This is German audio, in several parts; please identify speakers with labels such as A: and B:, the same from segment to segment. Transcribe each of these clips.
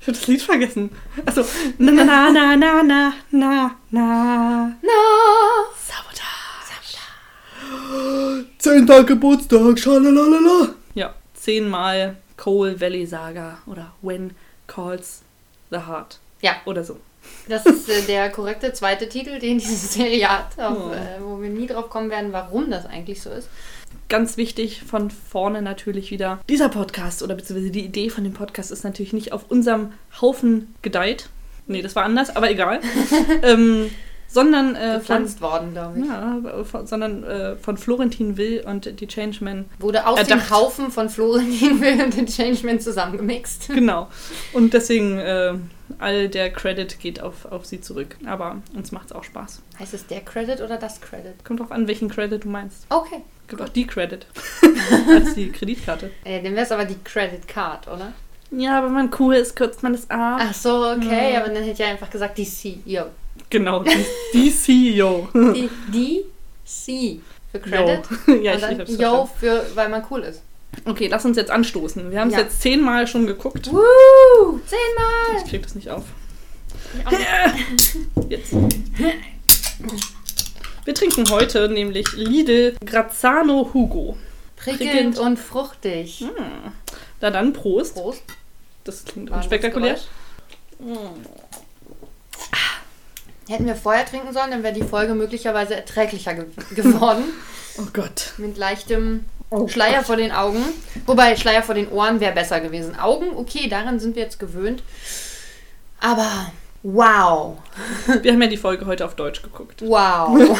A: Ich habe das Lied vergessen. Also na na na na na na na na.
B: Na.
C: Zehnter Geburtstag, schalalala.
A: Ja, zehnmal Coal Valley Saga oder When Calls the Heart
B: Ja,
A: oder so.
B: das ist äh, der korrekte zweite Titel, den diese Serie hat, auf,
A: Oh. Äh,
B: äh, wo wir nie drauf kommen werden, warum das eigentlich so ist.
A: Ganz wichtig von vorne natürlich wieder. Dieser Podcast oder beziehungsweise die Idee von dem Podcast ist natürlich nicht auf unserem Haufen gedeiht. Nee, das war anders, aber egal. ähm, sondern äh, von,
B: Gepflanzt worden, glaube ich.
A: ja, aber von, sondern, äh, von Florentin Will und die Changemen
B: Wurde aus
A: Erdacht.
B: dem Haufen von Florentin Will und den Changeman zusammengemixt.
A: Genau. Und deswegen, äh, all der Credit geht auf, auf sie zurück. Aber uns macht's auch Spaß.
B: Heißt es der Credit oder das Credit?
A: Kommt drauf an, welchen Credit du meinst.
B: Okay.
A: Gibt auch die Credit. Als die Kreditkarte.
B: Äh, dann wäre es aber die Credit Card, oder?
A: Ja, wenn man cool ist, kürzt man das ab.
B: Ach so, okay,
A: Ja.
B: aber dann hätte ich einfach gesagt die CEO.
A: Genau, die, die E CEO.
B: Die, die C für Credit.
A: Yo. ja,
B: und
A: ich, ich
B: dann
A: hab's
B: Yo
A: Yo.
B: für, weil man cool ist.
A: Okay, lass uns jetzt anstoßen. Wir haben es
B: Ja.
A: jetzt zehnmal schon geguckt.
B: Woo! Zehnmal!
A: Ich krieg das nicht auf.
B: Ich auch nicht.
A: Jetzt. Wir trinken heute nämlich Lidl Grazzano Hugo.
B: Prickelnd
A: Prickelnd.
B: und fruchtig.
A: Hm. Na dann, Prost.
B: Prost.
A: Das klingt
B: War das
A: unspektakulär.
B: Geräusch? Mm. Hätten wir vorher trinken sollen, dann wäre die Folge möglicherweise erträglicher ge geworden.
A: Oh Gott.
B: Mit leichtem Schleier vor den Augen. Wobei Schleier vor den Ohren wäre besser gewesen. Augen, okay, daran sind wir jetzt gewöhnt. Aber wow.
A: Wir haben ja die Folge heute auf Deutsch geguckt.
B: Wow.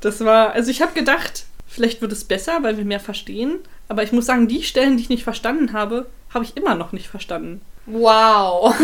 A: Das war, also ich habe gedacht, vielleicht wird es besser, weil wir mehr verstehen. Aber ich muss sagen, die Stellen, die ich nicht verstanden habe, habe ich immer noch nicht verstanden.
B: Wow.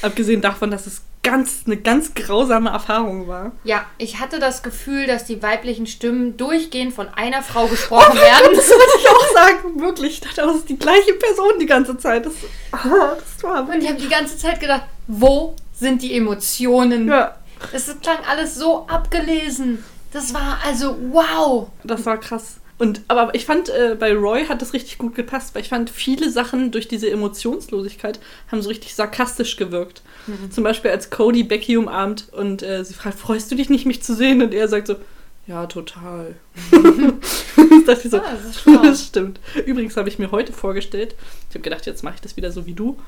A: Abgesehen davon, dass es ganz, eine ganz grausame Erfahrung war.
B: Ja, ich hatte das Gefühl, dass die weiblichen Stimmen durchgehend von einer Frau gesprochen werden.
A: Das würde ich auch sagen, wirklich. Ich dachte, das ist die gleiche Person die ganze Zeit. Das, ah, das war
B: Und ich habe die ganze Zeit gedacht, wo sind die Emotionen?
A: ja,
B: Es klang alles so abgelesen. Das war also wow.
A: das war krass. Und, aber ich fand, äh, bei Roy hat das richtig gut gepasst, weil ich fand, viele Sachen durch diese Emotionslosigkeit haben so richtig sarkastisch gewirkt.
B: Mhm.
A: Zum Beispiel, als Cody Becky umarmt und äh, sie fragt, freust du dich nicht, mich zu sehen? Und er sagt so, ja, total. ich dachte so,
B: Mhm. Ah, das ist schlau.
A: das stimmt. Übrigens habe ich mir heute vorgestellt, ich habe gedacht, jetzt mache ich das wieder so wie du,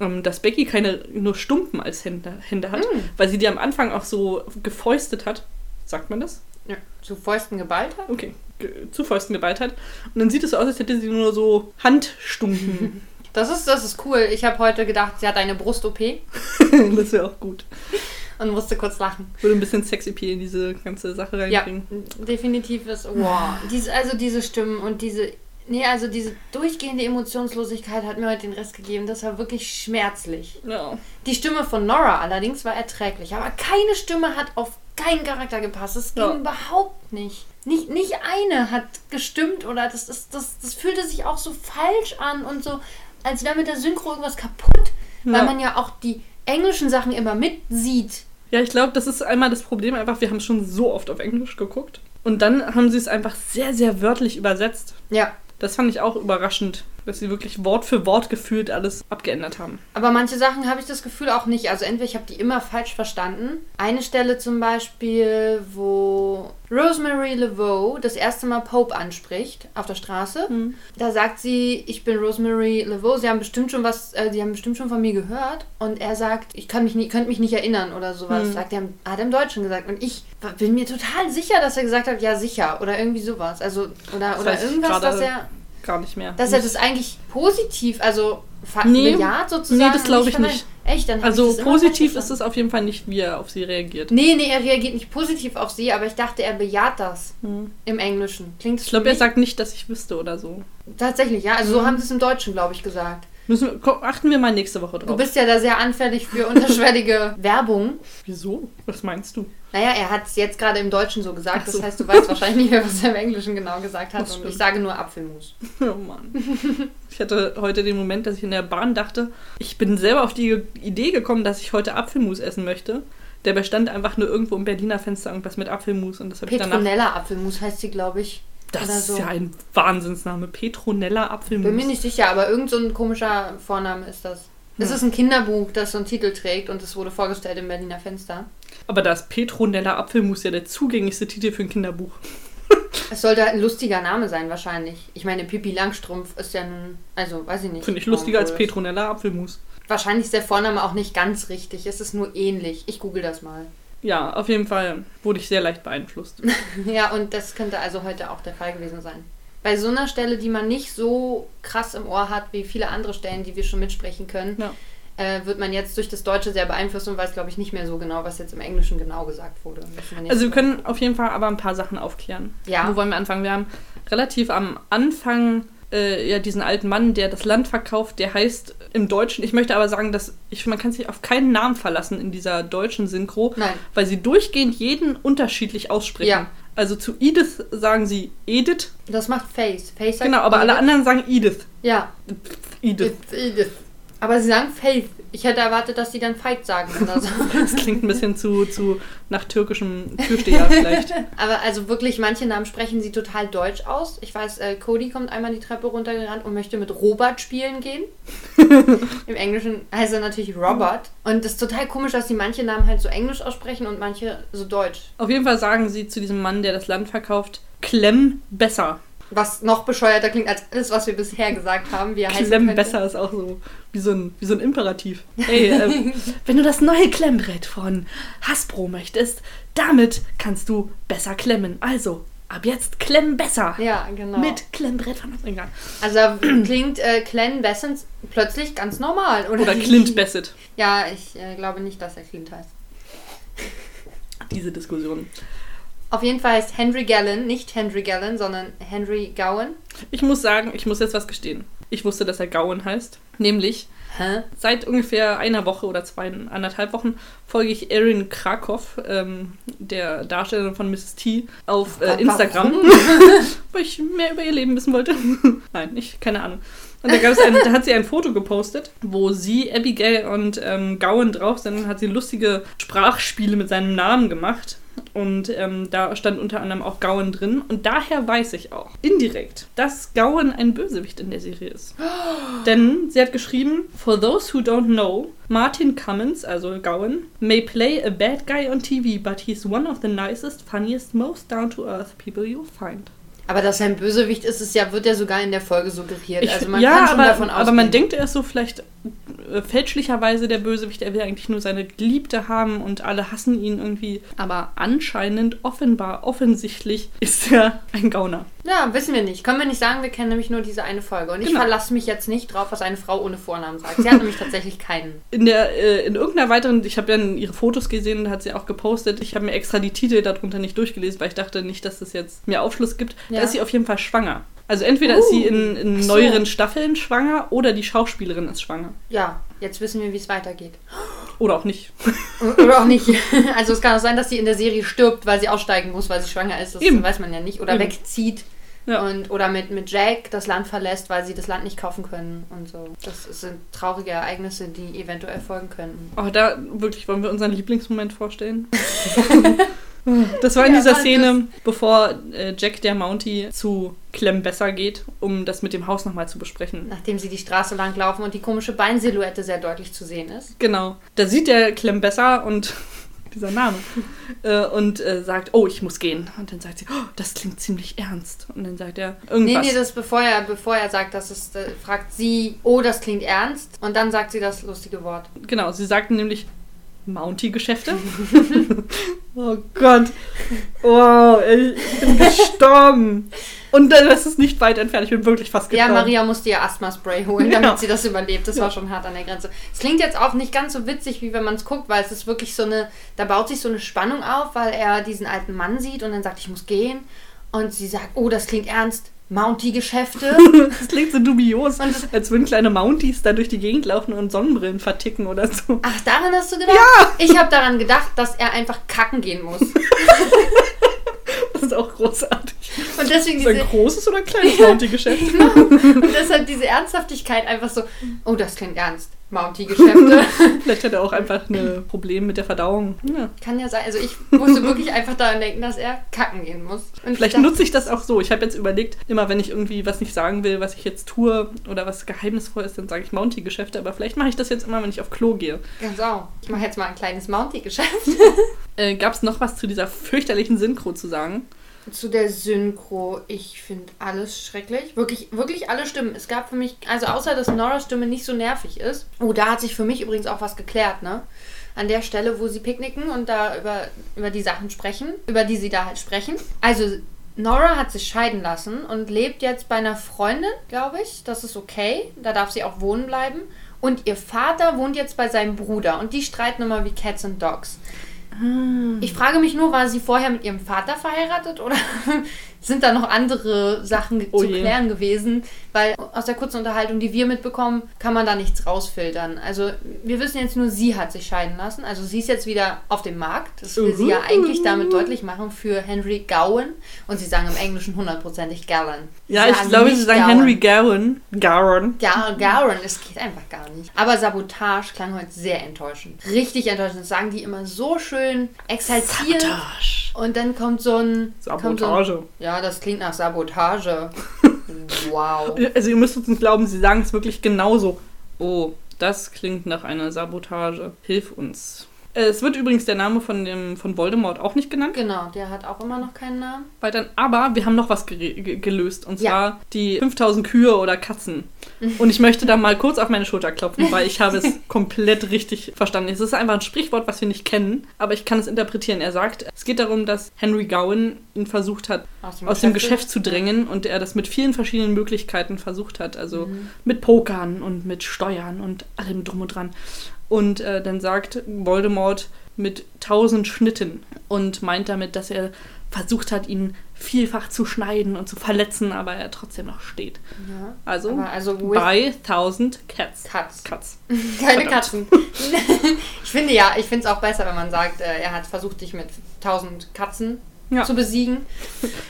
A: ähm, dass Becky keine nur Stumpen als Hände, Hände hat,
B: Mhm.
A: weil sie die am Anfang auch so gefäustet hat. Sagt man das?
B: Ja, zu Fäusten geballt hat?
A: okay, ge- zu Fäusten geballt hat. Und dann sieht es so aus, als hätte sie nur so Handstumpen.
B: Das ist, das ist cool. Ich habe heute gedacht, sie hat eine Brust-OP
A: das wäre auch gut.
B: und musste kurz lachen.
A: Würde ein bisschen sexy Appeal in diese ganze Sache
B: Ja,
A: reinbringen.
B: definitiv ist wow. Dies, also diese Stimmen und diese nee, also diese durchgehende Emotionslosigkeit hat mir heute den Rest gegeben. Das war wirklich schmerzlich.
A: Ja.
B: Die Stimme von Nora allerdings war erträglich, aber keine Stimme hat auf keinen Charakter gepasst. Es ging
A: Ja.
B: überhaupt nicht. Nicht, nicht eine hat gestimmt oder das, ist, das, das fühlte sich auch so falsch an und so, als wäre mit der Synchro irgendwas kaputt, weil
A: Ja.
B: man ja auch die englischen Sachen immer mitsieht.
A: Ja, ich glaube, das ist einmal das Problem einfach, wir haben schon so oft auf Englisch geguckt. Und dann haben sie es einfach sehr, sehr wörtlich übersetzt.
B: Ja,
A: Das fand ich auch überraschend, dass sie wirklich Wort für Wort gefühlt alles abgeändert haben.
B: Aber manche Sachen habe ich das Gefühl auch nicht. Also entweder ich habe die immer falsch verstanden. Eine Stelle zum Beispiel, wo Rosemary Laveau das erste Mal Pope anspricht auf der Straße.
A: Hm.
B: Da sagt sie, ich bin Rosemary Laveau. Sie haben bestimmt schon was, äh, sie haben bestimmt schon von mir gehört. Und er sagt, ich kann mich nie, könnte mich nicht erinnern oder sowas.
A: Hm.
B: Sagt er, hat er im Deutschen gesagt. Und ich war- bin mir total sicher, dass er gesagt hat, ja sicher oder irgendwie sowas. Also oder, oder
A: weiß ich
B: irgendwas,
A: gerade
B: dass er
A: Gar nicht mehr.
B: dass er das eigentlich positiv, also ver-
A: Nee.
B: bejaht sozusagen.
A: Nee, das
B: und
A: glaub ich
B: verneint.
A: nicht.
B: Echt, dann hab ich
A: also
B: das immer
A: positiv
B: falsch
A: ist es auf jeden Fall nicht, wie er auf sie reagiert.
B: verstanden. Nee, nee, er reagiert nicht positiv auf sie, aber ich dachte, er bejaht das im Englischen. Klingt
A: Ich glaube, er Mhm. sagt nicht, dass ich wüsste oder so.
B: Tatsächlich, ja. Also so haben sie es im Deutschen, glaube ich, gesagt.
A: Müssen wir, ko- achten wir mal nächste Woche
B: Du
A: drauf.
B: bist ja da sehr anfällig für unterschwellige Werbung.
A: Wieso? Was meinst du?
B: Naja, er hat es jetzt gerade im Deutschen so gesagt.
A: Ach
B: Das
A: so.
B: heißt, du weißt wahrscheinlich nicht mehr, was er im Englischen genau gesagt hat.
A: Das
B: Und
A: stimmt.
B: ich sage nur Apfelmus.
A: Oh Mann. Ich hatte heute den Moment, dass ich in der Bahn dachte, ich bin selber auf die Idee gekommen, dass ich heute Apfelmus essen möchte. Der bestand einfach nur irgendwo im Berliner Fenster irgendwas mit Apfelmus und das habe ich danach.
B: Petronella Apfelmus heißt sie, glaube ich.
A: Das
B: oder
A: ist
B: so.
A: ja ein Wahnsinnsname. Petronella Apfelmus.
B: Bin mir nicht sicher, aber irgend so ein komischer Vorname ist das.
A: Hm.
B: Es ist ein Kinderbuch, das so einen Titel trägt und es wurde vorgestellt im Berliner Fenster.
A: Aber da ist Petronella Apfelmus ja der zugänglichste Titel für ein Kinderbuch.
B: Es sollte halt ein lustiger Name sein, wahrscheinlich. Ich meine, Pipi Langstrumpf ist ja nun. Also, weiß ich nicht.
A: Finde ich lustiger als
B: Obwohl-
A: Petronella Apfelmus.
B: Wahrscheinlich ist der Vorname auch nicht ganz richtig. Es ist nur ähnlich. Ich google das mal.
A: Ja, auf jeden Fall wurde ich sehr leicht beeinflusst.
B: Ja, und das könnte also heute auch der Fall gewesen sein. Bei so einer Stelle, die man nicht so krass im Ohr hat wie viele andere Stellen, die wir schon mitsprechen können,
A: Ja.
B: äh, wird man jetzt durch das Deutsche sehr beeinflusst und weiß, glaube ich, nicht mehr so genau, was jetzt im Englischen genau gesagt wurde. Müssen nicht
A: Also wir
B: so-
A: können auf jeden Fall aber ein paar Sachen aufklären.
B: Ja.
A: Wo wollen wir anfangen? Wir haben relativ am Anfang äh, ja diesen alten Mann, der das Land verkauft, der heißt im Deutschen, ich möchte aber sagen, dass ich, man kann sich auf keinen Namen verlassen in dieser deutschen Synchro,
B: Nein.
A: weil sie durchgehend jeden unterschiedlich aussprechen.
B: Ja.
A: Also zu Edith sagen sie Edith,
B: Das macht Face. Face sagt
A: genau, aber alle
B: Edith.
A: anderen sagen Edith.
B: Ja.
A: Edith.
B: Edith, Edith. Aber sie sagen Faith. Ich hätte erwartet, dass sie dann Fight sagen oder so.
A: Das klingt ein bisschen zu, zu nach türkischem Türsteher vielleicht.
B: Aber also wirklich, manche Namen sprechen sie total deutsch aus. Ich weiß, äh, Cody kommt einmal die Treppe runtergerannt und möchte mit Robert spielen gehen. Im Englischen heißt er natürlich Robert. Und es ist total komisch, dass sie manche Namen halt so englisch aussprechen und manche so deutsch.
A: Auf jeden Fall sagen sie zu diesem Mann, der das Land verkauft, Clem besser.
B: Was noch bescheuerter klingt als alles, was wir bisher gesagt haben. Wie er heißen
A: Clem
B: könnte.
A: besser ist auch so wie so ein, wie so ein Imperativ. Ey, äh, wenn du das neue Klemmbrett von Hasbro möchtest, damit kannst du besser klemmen. Also, ab jetzt Klemm besser.
B: Ja, genau.
A: Mit Klemmbrett von Hasbro. Egal.
B: Also da klingt äh, Glenn Bessens plötzlich ganz normal. Oder,
A: Oder Clint Bassett.
B: Ja, ich äh, glaube nicht, dass er Clint heißt.
A: Diese Diskussion.
B: Auf jeden Fall heißt Henry Gallen, nicht Henry Gallen, sondern Henry Gowan.
A: Ich muss sagen, ich muss jetzt was gestehen. Ich wusste, dass er Gauen heißt. Nämlich,
B: Hä?
A: Seit ungefähr einer Woche oder zwei, anderthalb Wochen folge ich Erin Krakow, ähm, der Darstellerin von Mrs. T, auf äh,
B: Warum?
A: Instagram, weil ich mehr über ihr Leben wissen wollte. Nein, ich, keine Ahnung. Und da, gab's ein, da hat sie ein Foto gepostet, wo sie, Abigail und ähm, Gowan drauf sind. Dann hat sie lustige Sprachspiele mit seinem Namen gemacht. Und ähm, da stand unter anderem auch Gowan drin. Und daher weiß ich auch, indirekt, dass Gowan ein Bösewicht in der Serie ist. Denn sie hat geschrieben, for those who don't know, Martin Cummins, also Gowan, may play a bad guy on TV, but he's one of the nicest, funniest, most down-to-earth people you'll find.
B: Aber dass er ein Bösewicht ist, ist ja, wird ja sogar in der Folge suggeriert.
A: Ich-
B: also man
A: ja,
B: kann schon
A: aber,
B: davon ausgehen.
A: aber man denkt, er ist so vielleicht äh, fälschlicherweise der Bösewicht. Er will eigentlich nur seine Geliebte haben und alle hassen ihn irgendwie. Aber anscheinend, offenbar, offensichtlich ist er ein Gauner.
B: Ja, wissen wir nicht. Können wir nicht sagen, wir kennen nämlich nur diese eine Folge. Und ich
A: Genau.
B: verlasse mich jetzt nicht drauf, was eine Frau ohne Vornamen sagt. Sie hat nämlich tatsächlich keinen.
A: in der äh, in irgendeiner weiteren, ich habe dann ihre Fotos gesehen, da hat sie auch gepostet. Ich habe mir extra die Titel darunter nicht durchgelesen, weil ich dachte nicht, dass das jetzt mir Aufschluss gibt.
B: Ja.
A: Da ist sie auf jeden Fall schwanger. Also entweder ist
B: Uh,
A: sie in, in
B: ach so.
A: neueren Staffeln schwanger oder die Schauspielerin ist schwanger.
B: Ja, jetzt wissen wir, wie es weitergeht.
A: Oder auch nicht.
B: Oder auch
A: äh.
B: nicht. Also es kann auch sein, dass sie in der Serie stirbt, weil sie aussteigen muss, weil sie schwanger ist. Das
A: Eben.
B: weiß man ja nicht. Oder
A: Eben.
B: wegzieht.
A: Ja.
B: Und, oder mit, mit Jack das Land verlässt, weil sie das Land nicht kaufen können und so. Das sind traurige Ereignisse, die eventuell folgen könnten.
A: Oh, da wirklich wollen wir unseren Lieblingsmoment vorstellen. Das war in
B: Ja,
A: dieser
B: das-
A: Szene, bevor äh, Jack der Mountie zu Clem Besser geht, um das mit dem Haus nochmal zu besprechen.
B: Nachdem sie die Straße lang laufen und die komische Beinsilhouette sehr deutlich zu sehen ist.
A: Genau. Da sieht der Clem besser und dieser Name äh, und äh, sagt, oh, ich muss gehen. Und dann sagt sie, oh, das klingt ziemlich ernst. Und dann sagt er
B: Nee,
A: irgendwas.
B: nee, das ist bevor er, bevor er sagt, dass es, äh, fragt sie, oh, das klingt ernst. Und dann sagt sie das lustige Wort.
A: genau, sie sagten nämlich Mountie-Geschäfte. oh Gott. Wow, ey, ich bin gestorben. Und äh, das ist nicht weit entfernt. Ich bin wirklich fast
B: Ja,
A: gestorben.
B: Maria musste ihr Asthma-Spray holen,
A: Ja.
B: damit sie das überlebt. Das
A: Genau.
B: war
A: Ja.
B: schon hart an der Grenze. Es klingt jetzt auch nicht ganz so witzig, wie wenn man es guckt, weil es ist wirklich so eine, da baut sich so eine Spannung auf, weil er diesen alten Mann sieht und dann sagt, ich muss gehen. Und sie sagt, oh, das klingt ernst. Mounty-Geschäfte.
A: Das klingt so dubios,
B: Und das-
A: als würden kleine Mounties da durch die Gegend laufen und Sonnenbrillen verticken oder so.
B: Ach, daran hast du gedacht? Ja! Ich habe daran gedacht, dass er einfach kacken gehen muss.
A: Das ist auch großartig.
B: Und deswegen
A: Ist das
B: diese,
A: ein großes oder ein kleines Bounty-Geschäft?
B: und deshalb diese Ernsthaftigkeit einfach so, oh, das klingt ernst. Mounty-Geschäfte.
A: Vielleicht hat er auch einfach ein Problem mit der Verdauung. Ja.
B: Kann ja sein. Also ich musste wirklich einfach daran denken, dass er kacken gehen muss. Und
A: Vielleicht
B: ich dachte,
A: nutze ich das auch so. Ich habe jetzt überlegt, immer wenn ich irgendwie was nicht sagen will, was ich jetzt tue oder was geheimnisvoll ist, dann sage ich Mounty-Geschäfte. Aber vielleicht mache ich das jetzt immer, wenn ich auf Klo gehe.
B: Ganz auch. Ich mache jetzt mal ein kleines Mounty-Geschäft.
A: Äh, Gab es noch was zu dieser fürchterlichen Synchro zu sagen?
B: Zu der Synchro, ich finde alles schrecklich. Wirklich, wirklich alle Stimmen. Es gab für mich, also außer dass Noras Stimme nicht so nervig ist. Oh, da hat sich für mich übrigens auch was geklärt, ne? An der Stelle, wo sie picknicken und da über, über die Sachen sprechen, über die sie da halt sprechen. Also, Nora hat sich scheiden lassen und lebt jetzt bei einer Freundin, glaube ich. Das ist okay. Da darf sie auch wohnen bleiben. Und ihr Vater wohnt jetzt bei seinem Bruder und die streiten immer wie Cats and Dogs. Ich frage mich nur, war sie vorher mit ihrem Vater verheiratet oder sind da noch andere Sachen
A: Oh
B: zu
A: je.
B: klären gewesen? Weil aus der kurzen Unterhaltung, die wir mitbekommen, kann man da nichts rausfiltern. Also wir wissen jetzt nur, sie hat sich scheiden lassen. Also sie ist jetzt wieder auf dem Markt. Das will
A: Mhm.
B: sie ja eigentlich damit deutlich machen für Henry Gowan. Und sie sagen im Englischen hundertprozentig Gallen.
A: Ja, ich glaube,
B: nicht
A: sie sagen
B: Gowan.
A: Henry Gowan. Gowan.
B: Ja, Garen, es geht einfach gar nicht. Aber Sabotage klang heute sehr enttäuschend. Richtig enttäuschend. Das sagen die immer so schön exaltiert.
A: Sabotage.
B: Und dann kommt so ein. Kommt so ein
A: Sabotage.
B: ja, das klingt nach Sabotage. wow.
A: Also ihr müsst uns glauben, sie sagen es wirklich genauso. Oh, das klingt nach einer Sabotage. Hilf uns. Äh, Es wird übrigens der Name von, dem, von Voldemort auch nicht genannt.
B: Genau, der hat auch immer noch keinen Namen.
A: Weiterhin. Aber wir haben noch was gere- ge gelöst. Und
B: Ja.
A: zwar die 5000 Kühe oder Katzen. Und ich möchte da mal kurz auf meine Schulter klopfen, weil ich habe es komplett richtig verstanden. Es ist einfach ein Sprichwort, was wir nicht kennen, aber ich kann es interpretieren. Er sagt, es geht darum, dass Henry Gowan ihn versucht hat,
B: Aus
A: aus dem Geschäft zu drängen und er das mit vielen verschiedenen Möglichkeiten versucht hat. Also
B: Mhm.
A: mit Pokern und mit Steuern und allem drum und dran. Und äh, dann sagt Voldemort mit tausend Schnitten und meint damit, dass er versucht hat, ihn vielfach zu schneiden und zu verletzen, aber er trotzdem noch steht.
B: Ja.
A: Also,
B: Aber also with
A: bei 1000 Cats.
B: Cuts.
A: Cats.
B: Keine
A: Verdammt.
B: Katzen. ich finde ja, ich finde es auch besser, wenn man sagt, äh, er hat versucht, dich mit 1000 Katzen
A: Ja.
B: zu besiegen.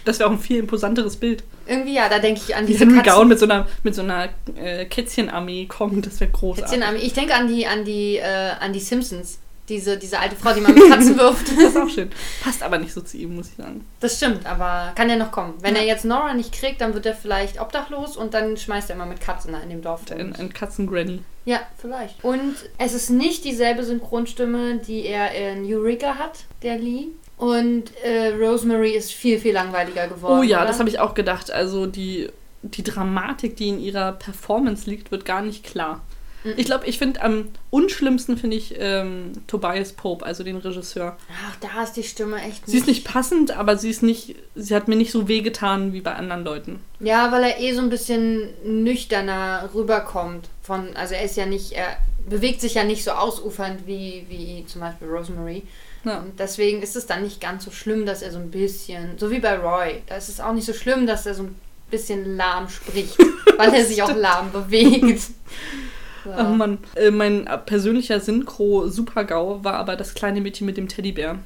A: Das wäre auch ein viel imposanteres Bild.
B: Irgendwie ja, da denke ich an
A: Wie
B: diese
A: Henry
B: Katzen.
A: Gowan mit so einer, mit so einer äh, Kätzchenarmee kommt, das wäre großartig.
B: Kätzchen am- Ich denke an die, an die, äh, an die Simpsons. Diese, diese alte Frau, die man mit Katzen wirft.
A: Das ist auch schön. Passt aber nicht so zu ihm, muss ich sagen.
B: Das stimmt, aber kann ja noch kommen. Wenn er jetzt Nora nicht kriegt, dann wird er vielleicht obdachlos und dann schmeißt er immer mit Katzen in dem Dorf. rum.
A: Ein, ein Katzengranny.
B: Ja, vielleicht. Und es ist nicht dieselbe Synchronstimme, die er in Eureka hat, der Lee. Und äh, Rosemary ist viel, viel langweiliger geworden.
A: Oh ja,
B: oder?
A: das habe ich auch gedacht. Also die, die Dramatik, die in ihrer Performance liegt, wird gar nicht klar. Ich glaube, ich finde am unschlimmsten finde ich ähm, Tobias Pope, also den Regisseur.
B: Ach, da ist die Stimme echt
A: Sie ist nicht passend, aber sie ist nicht, sie hat mir nicht so wehgetan wie bei anderen Leuten.
B: Ja, weil er eh so ein bisschen nüchterner rüberkommt. Von, also er ist ja nicht, er bewegt sich ja nicht so ausufernd wie, wie zum Beispiel Rosemary.
A: Ja.
B: Und deswegen ist es dann nicht ganz so schlimm, dass er so ein bisschen, so wie bei Roy, da ist es auch nicht so schlimm, dass er so ein bisschen lahm spricht, weil er sich auch lahm bewegt. So.
A: Oh Mann. Äh, mein persönlicher Synchro Supergau war aber das kleine Mädchen mit dem Teddybär.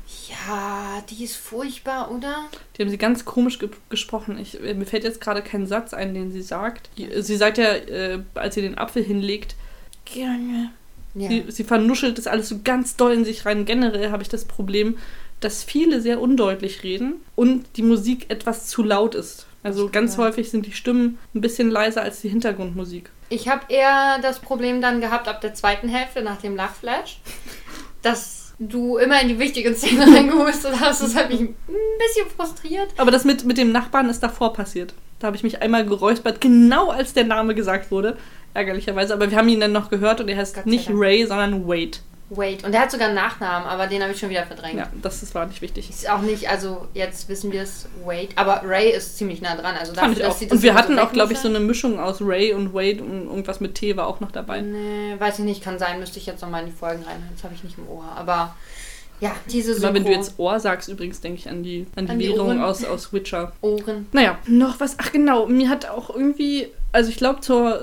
B: Ja, die ist furchtbar, oder?
A: Die haben sie ganz komisch ge gesprochen. Ich, äh, mir fällt jetzt gerade kein Satz ein, den sie sagt. Die, sie sagt ja, äh, als sie den Apfel hinlegt, gerne.
B: Ja.
A: Sie, sie vernuschelt das alles so ganz doll in sich rein. Generell habe ich das Problem, dass viele sehr undeutlich reden und die Musik etwas zu laut ist. Also ganz
B: klar.
A: häufig sind die Stimmen ein bisschen leiser als die Hintergrundmusik.
B: Ich habe eher das Problem dann gehabt ab der zweiten Hälfte nach dem Lachflash, dass du immer in die wichtigen Szenen reingehustet hast. Das hat mich ein bisschen frustriert.
A: Aber das mit, mit dem Nachbarn ist davor passiert. Da habe ich mich einmal geräuspert, genau als der Name gesagt wurde. Ärgerlicherweise. Aber wir haben ihn dann noch gehört und er heißt
B: Gott sei
A: nicht
B: Dank.
A: Ray, sondern Wade.
B: Wait, und er hat sogar einen Nachnamen, aber den habe ich schon wieder verdrängt.
A: Ja, das, das war nicht wichtig.
B: Ist auch nicht, also jetzt wissen wir es, Wait, aber Ray ist ziemlich nah dran. Also
A: Fand ich
B: dafür,
A: auch.
B: dass sie das
A: Und wir
B: immer
A: hatten auch, glaube ich, so
B: wegmischen.
A: eine Mischung aus Ray und Wade und irgendwas mit T war auch noch dabei.
B: Nee, weiß ich nicht, kann sein, müsste ich jetzt nochmal in die Folgen reinhören. Das habe ich nicht im Ohr, aber Ja, diese
A: Immer
B: Synchro.
A: wenn du jetzt Ohr sagst, übrigens denke ich an die, an die
B: An die
A: Währung
B: Ohren.
A: aus, aus Witcher.
B: Ohren.
A: Naja, noch was. Ach genau, mir hat auch irgendwie, also ich glaube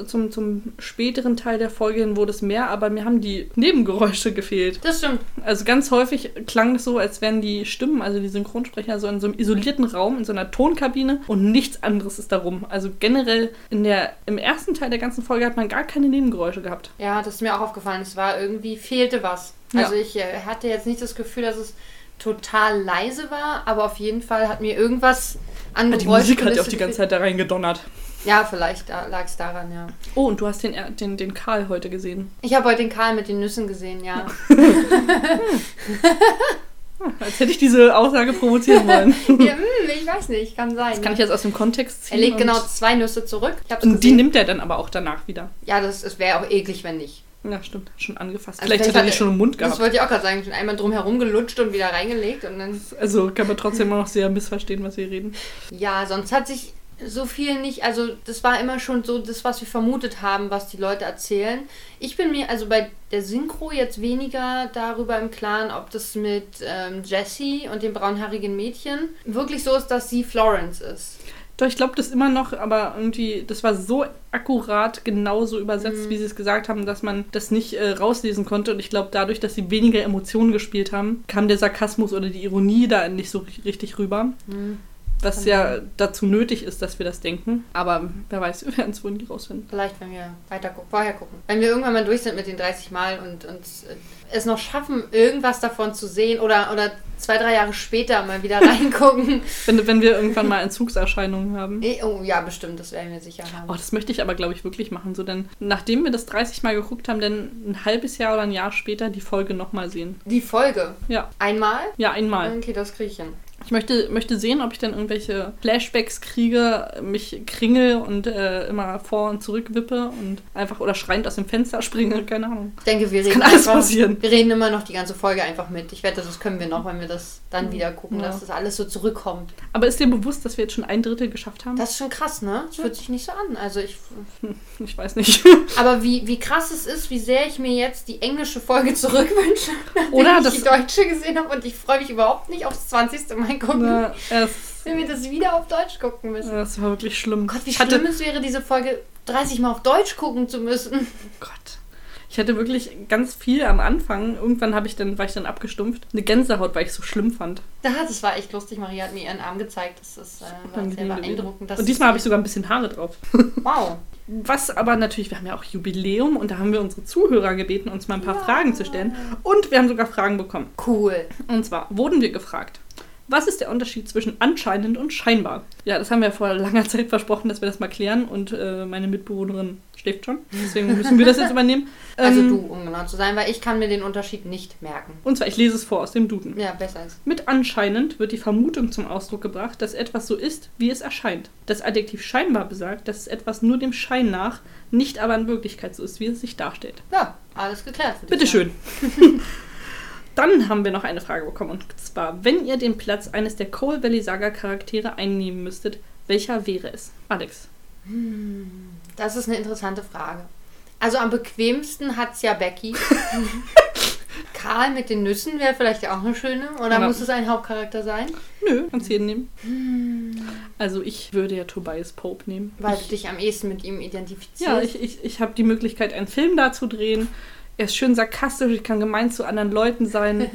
A: zum, zum späteren Teil der Folge hin wurde es mehr, aber mir haben die Nebengeräusche gefehlt.
B: Das stimmt.
A: Also ganz häufig klang es so, als wären die Stimmen, also die Synchronsprecher, so in so einem isolierten Raum, in so einer Tonkabine und nichts anderes ist darum. Also generell in der, im ersten Teil der ganzen Folge hat man gar keine Nebengeräusche gehabt.
B: Ja, das ist mir auch aufgefallen. Es war irgendwie, fehlte was.
A: Ja.
B: Also ich äh, hatte jetzt nicht das Gefühl, dass es total leise war, aber auf jeden Fall hat mir irgendwas an
A: Ah, Die Musik hat ja auch
B: Geräuschkulisse
A: die ganze
B: gefehlt.
A: Zeit da reingedonnert.
B: Ja, vielleicht lag es daran, ja.
A: Oh, und du hast den, den, den Karl heute gesehen.
B: Ich habe heute den Karl mit den Nüssen gesehen, ja.
A: Als hätte ich diese Aussage provozieren wollen.
B: ja hm, ich weiß nicht, kann sein.
A: Das kann ich jetzt aus dem Kontext
B: er
A: ziehen.
B: legt
A: und-
B: genau zwei Nüsse zurück. Ich hab's
A: Und die
B: gesehen.
A: nimmt er dann aber auch danach wieder.
B: ja, das, das wäre auch eklig, wenn nicht.
A: Ja, stimmt. Schon angefasst.
B: Also
A: vielleicht,
B: vielleicht
A: hat er
B: hat
A: die
B: er-
A: schon im Mund
B: Das
A: gehabt.
B: wollte ich auch gerade sagen. Schon einmal drum herum gelutscht und wieder reingelegt und dann.
A: Also kann man trotzdem immer noch sehr missverstehen, was wir reden.
B: Ja, sonst hat sich so viel nicht. Also, das war immer schon so das, was wir vermutet haben, was die Leute erzählen. Ich bin mir also bei der Synchro jetzt weniger darüber im Klaren, ob das mit ähm, Jessie und dem braunhaarigen Mädchen wirklich so ist, dass sie Florence ist.
A: Doch, ich glaube das immer noch, aber irgendwie, das war so akkurat genauso übersetzt, wie sie es gesagt haben, dass man das nicht äh, rauslesen konnte. Und ich glaube, dadurch, dass sie weniger Emotionen gespielt haben, kam der Sarkasmus oder die Ironie da nicht so ri- richtig rüber.
B: Hm.
A: Was ja dazu nötig ist, dass wir das denken. Aber wer weiß, wir werden es wohl nie rausfinden.
B: Vielleicht, wenn wir weiter gu- vorher gucken. Wenn wir irgendwann mal durch sind mit den 30 Mal und uns äh, es noch schaffen, irgendwas davon zu sehen oder, oder zwei, drei Jahre später mal wieder reingucken.
A: Wenn, wenn wir irgendwann mal Entzugserscheinungen haben.
B: Eh, oh ja, bestimmt, das werden wir sicher haben.
A: Oh, das möchte ich aber, glaube ich, wirklich machen. So, denn nachdem wir das 30 Mal geguckt haben, dann ein halbes Jahr oder ein Jahr später die Folge nochmal sehen.
B: Die Folge.
A: Ja,
B: Einmal?
A: ja, einmal.
B: Okay, das kriege ich hin.
A: Ich möchte, möchte sehen, ob ich dann irgendwelche Flashbacks kriege, mich kringel und äh, immer vor und zurück wippe und einfach oder schreiend aus dem Fenster springe. Keine Ahnung.
B: Ich denke, wir reden
A: kann alles
B: einfach,
A: passieren.
B: Wir reden immer noch die ganze Folge einfach mit. Ich wette, das können wir noch, wenn wir das dann wieder gucken,
A: Mhm. Ja.
B: dass das alles so zurückkommt.
A: Aber ist dir bewusst, dass wir jetzt schon ein Drittel geschafft haben? Hm,
B: Das ist schon krass, ne? Das fühlt sich nicht so an. Also ich.
A: ich weiß nicht.
B: Aber wie, wie krass es ist, wie sehr ich mir jetzt die englische Folge zurückwünsche, nachdem
A: Oder
B: ich
A: das-
B: die deutsche gesehen habe und ich freue mich überhaupt nicht aufs 20. Mal gucken,
A: Na, es,
B: wenn wir das wieder auf Deutsch gucken müssen.
A: es war wirklich schlimm.
B: Gott, wie
A: Ich hatte-
B: schlimm es wäre, diese Folge 30 Mal auf Deutsch gucken zu müssen.
A: Gott. Ich hatte wirklich ganz viel am Anfang. Irgendwann habe ich dann, war ich dann abgestumpft. Eine Gänsehaut, weil ich es so schlimm fand.
B: Ja, Das war echt lustig. Maria hat mir ihren Arm gezeigt. Das ist äh, war sehr
A: Unangenehm gewesen.
B: beeindruckend. dass
A: Und diesmal habe ich
B: es-
A: sogar ein bisschen Haare drauf.
B: Wow.
A: Was aber natürlich, wir haben ja auch Jubiläum und da haben wir unsere Zuhörer gebeten, uns mal ein paar Fragen zu stellen. Und wir haben sogar Fragen bekommen.
B: Cool.
A: Und zwar wurden wir gefragt, was ist der Unterschied zwischen anscheinend und scheinbar? Ja, das haben wir vor langer Zeit versprochen, dass wir das mal klären und äh, meine Mitbewohnerin schläft schon. Deswegen müssen wir das jetzt übernehmen.
B: Also
A: Ähm,
B: du, um genau zu sein, weil ich kann mir den Unterschied nicht merken.
A: Und zwar, ich lese es vor aus dem Duden.
B: Ja, besser ist.
A: Mit anscheinend wird die Vermutung zum Ausdruck gebracht, dass etwas so ist, wie es erscheint. Das Adjektiv scheinbar besagt, dass etwas nur dem Schein nach, nicht aber in Wirklichkeit so ist, wie es sich darstellt.
B: Ja, alles geklärt. würde ich
A: Bitteschön. Dann haben wir noch eine Frage bekommen. Und zwar, wenn ihr den Platz eines der Coal Valley Saga Charaktere einnehmen müsstet, welcher wäre es? Alex.
B: sagen. Das ist eine interessante Frage. Also am bequemsten hat es ja Becky. Karl mit den Nüssen wäre vielleicht auch eine schöne. Oder
A: Ja.
B: muss es ein Hauptcharakter sein?
A: Nö, kannst jeden nehmen. Also ich würde ja Tobias Pope nehmen.
B: Hm. Weil du
A: ich,
B: dich am ehesten mit ihm identifizierst.
A: ja, ich, ich, ich habe die Möglichkeit, einen Film da zu drehen. Er ist schön sarkastisch, ich kann gemein zu anderen Leuten sein.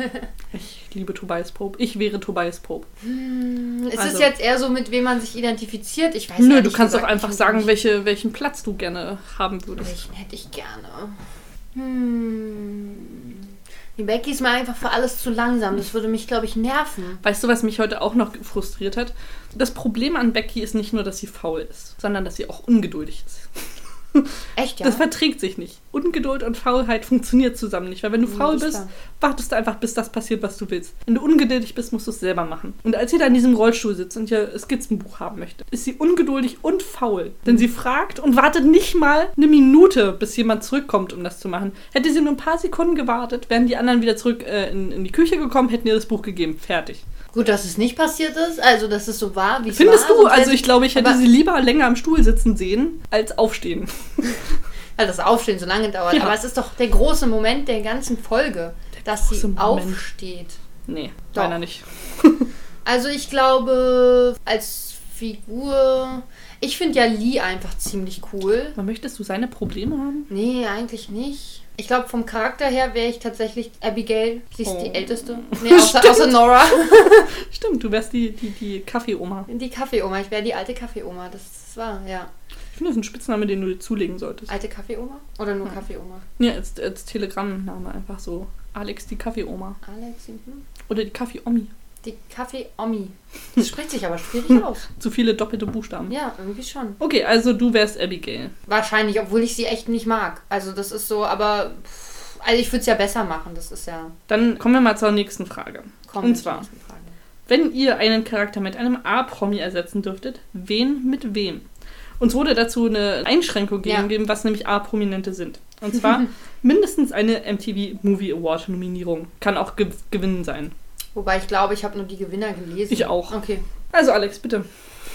A: Ich liebe Tobias Pope. Ich wäre Tobias Pope.
B: es
A: also-
B: ist jetzt eher so, mit wem man sich identifiziert. Ich weiß
A: Nö, du
B: ehrlich
A: kannst auch
B: gesagt
A: einfach
B: nicht,
A: sagen,
B: welchen
A: welche, welchen Platz du gerne haben würdest.
B: Welchen hätte ich gerne? Hm. Die Becky ist mir einfach für alles zu langsam. Das würde mich, glaube ich, nerven.
A: Weißt du, was mich heute auch noch frustriert hat? Das Problem an Becky ist nicht nur, dass sie faul ist, sondern dass sie auch ungeduldig ist.
B: Echt, ja?
A: Das verträgt sich nicht. Ungeduld und Faulheit funktioniert zusammen nicht, weil wenn du faul
B: das ist
A: bist,
B: wahr.
A: wartest du einfach, bis das passiert, was du willst. Wenn du ungeduldig bist, musst du es selber machen. Und als sie da in diesem Rollstuhl sitzt und ihr Skizzenbuch haben möchte, ist sie ungeduldig und faul. Denn sie fragt und wartet nicht mal eine Minute, bis jemand zurückkommt, um das zu machen. Hätte sie nur ein paar Sekunden gewartet, wären die anderen wieder zurück äh, in, in die Küche gekommen, hätten ihr das Buch gegeben. Fertig.
B: Gut, dass es nicht passiert ist. Also, dass es so war, wie es
A: Findest
B: war.
A: du?
B: sonst wär
A: Also
B: sie-
A: ich glaube, ich hätte
B: aber-
A: sie lieber länger am Stuhl sitzen sehen, als aufstehen.
B: Weil Also das Aufstehen so lange dauert.
A: Ja.
B: Aber es ist doch der große Moment der ganzen Folge, dass sie
A: große Moment.
B: aufsteht.
A: Nee,
B: Doch.
A: leider nicht.
B: Also ich glaube, als Figur. Ich finde ja Lee einfach ziemlich cool.
A: Aber möchtest du seine Probleme haben?
B: Nee, eigentlich nicht. Ich glaube, vom Charakter her wäre ich tatsächlich Abigail. Sie ist
A: Oh.
B: die Älteste. Nee, außer, außer Nora.
A: Stimmt, du wärst die, die, die Kaffeeoma.
B: Die Kaffeeoma. Ich wäre die alte Kaffeeoma. Das ist wahr, ja.
A: Ich finde, das ist ein Spitzname, den du dir zulegen solltest.
B: Alte Kaffeeoma? Oder nur Kaffeeoma?
A: Ja, als, als Telegram-Name einfach so. Alex die Kaffeeoma.
B: Alex, mhm.
A: Oder die Kaffeeomi.
B: die Kaffee-Omi. Das spricht sich aber schwierig aus.
A: Zu viele doppelte Buchstaben.
B: Ja, irgendwie schon.
A: Okay, also du wärst Abigail.
B: Wahrscheinlich, obwohl ich sie echt nicht mag. Also das ist so, aber... pff, Also ich würde es ja besser machen. Das ist ja...
A: Dann kommen wir mal zur nächsten Frage.
B: Komm,
A: Und
B: zur
A: zwar,
B: nächsten Frage.
A: wenn ihr einen Charakter mit einem A-Promi ersetzen dürftet, wen mit wem? Uns wurde dazu eine Einschränkung
B: Ja.
A: gegeben, was nämlich A-Prominente sind. Und zwar mindestens eine MTV Movie Award Nominierung. Kann auch ge gewinnen sein.
B: Wobei ich glaube, ich habe nur die Gewinner gelesen.
A: Ich auch.
B: Okay.
A: Also Alex, bitte.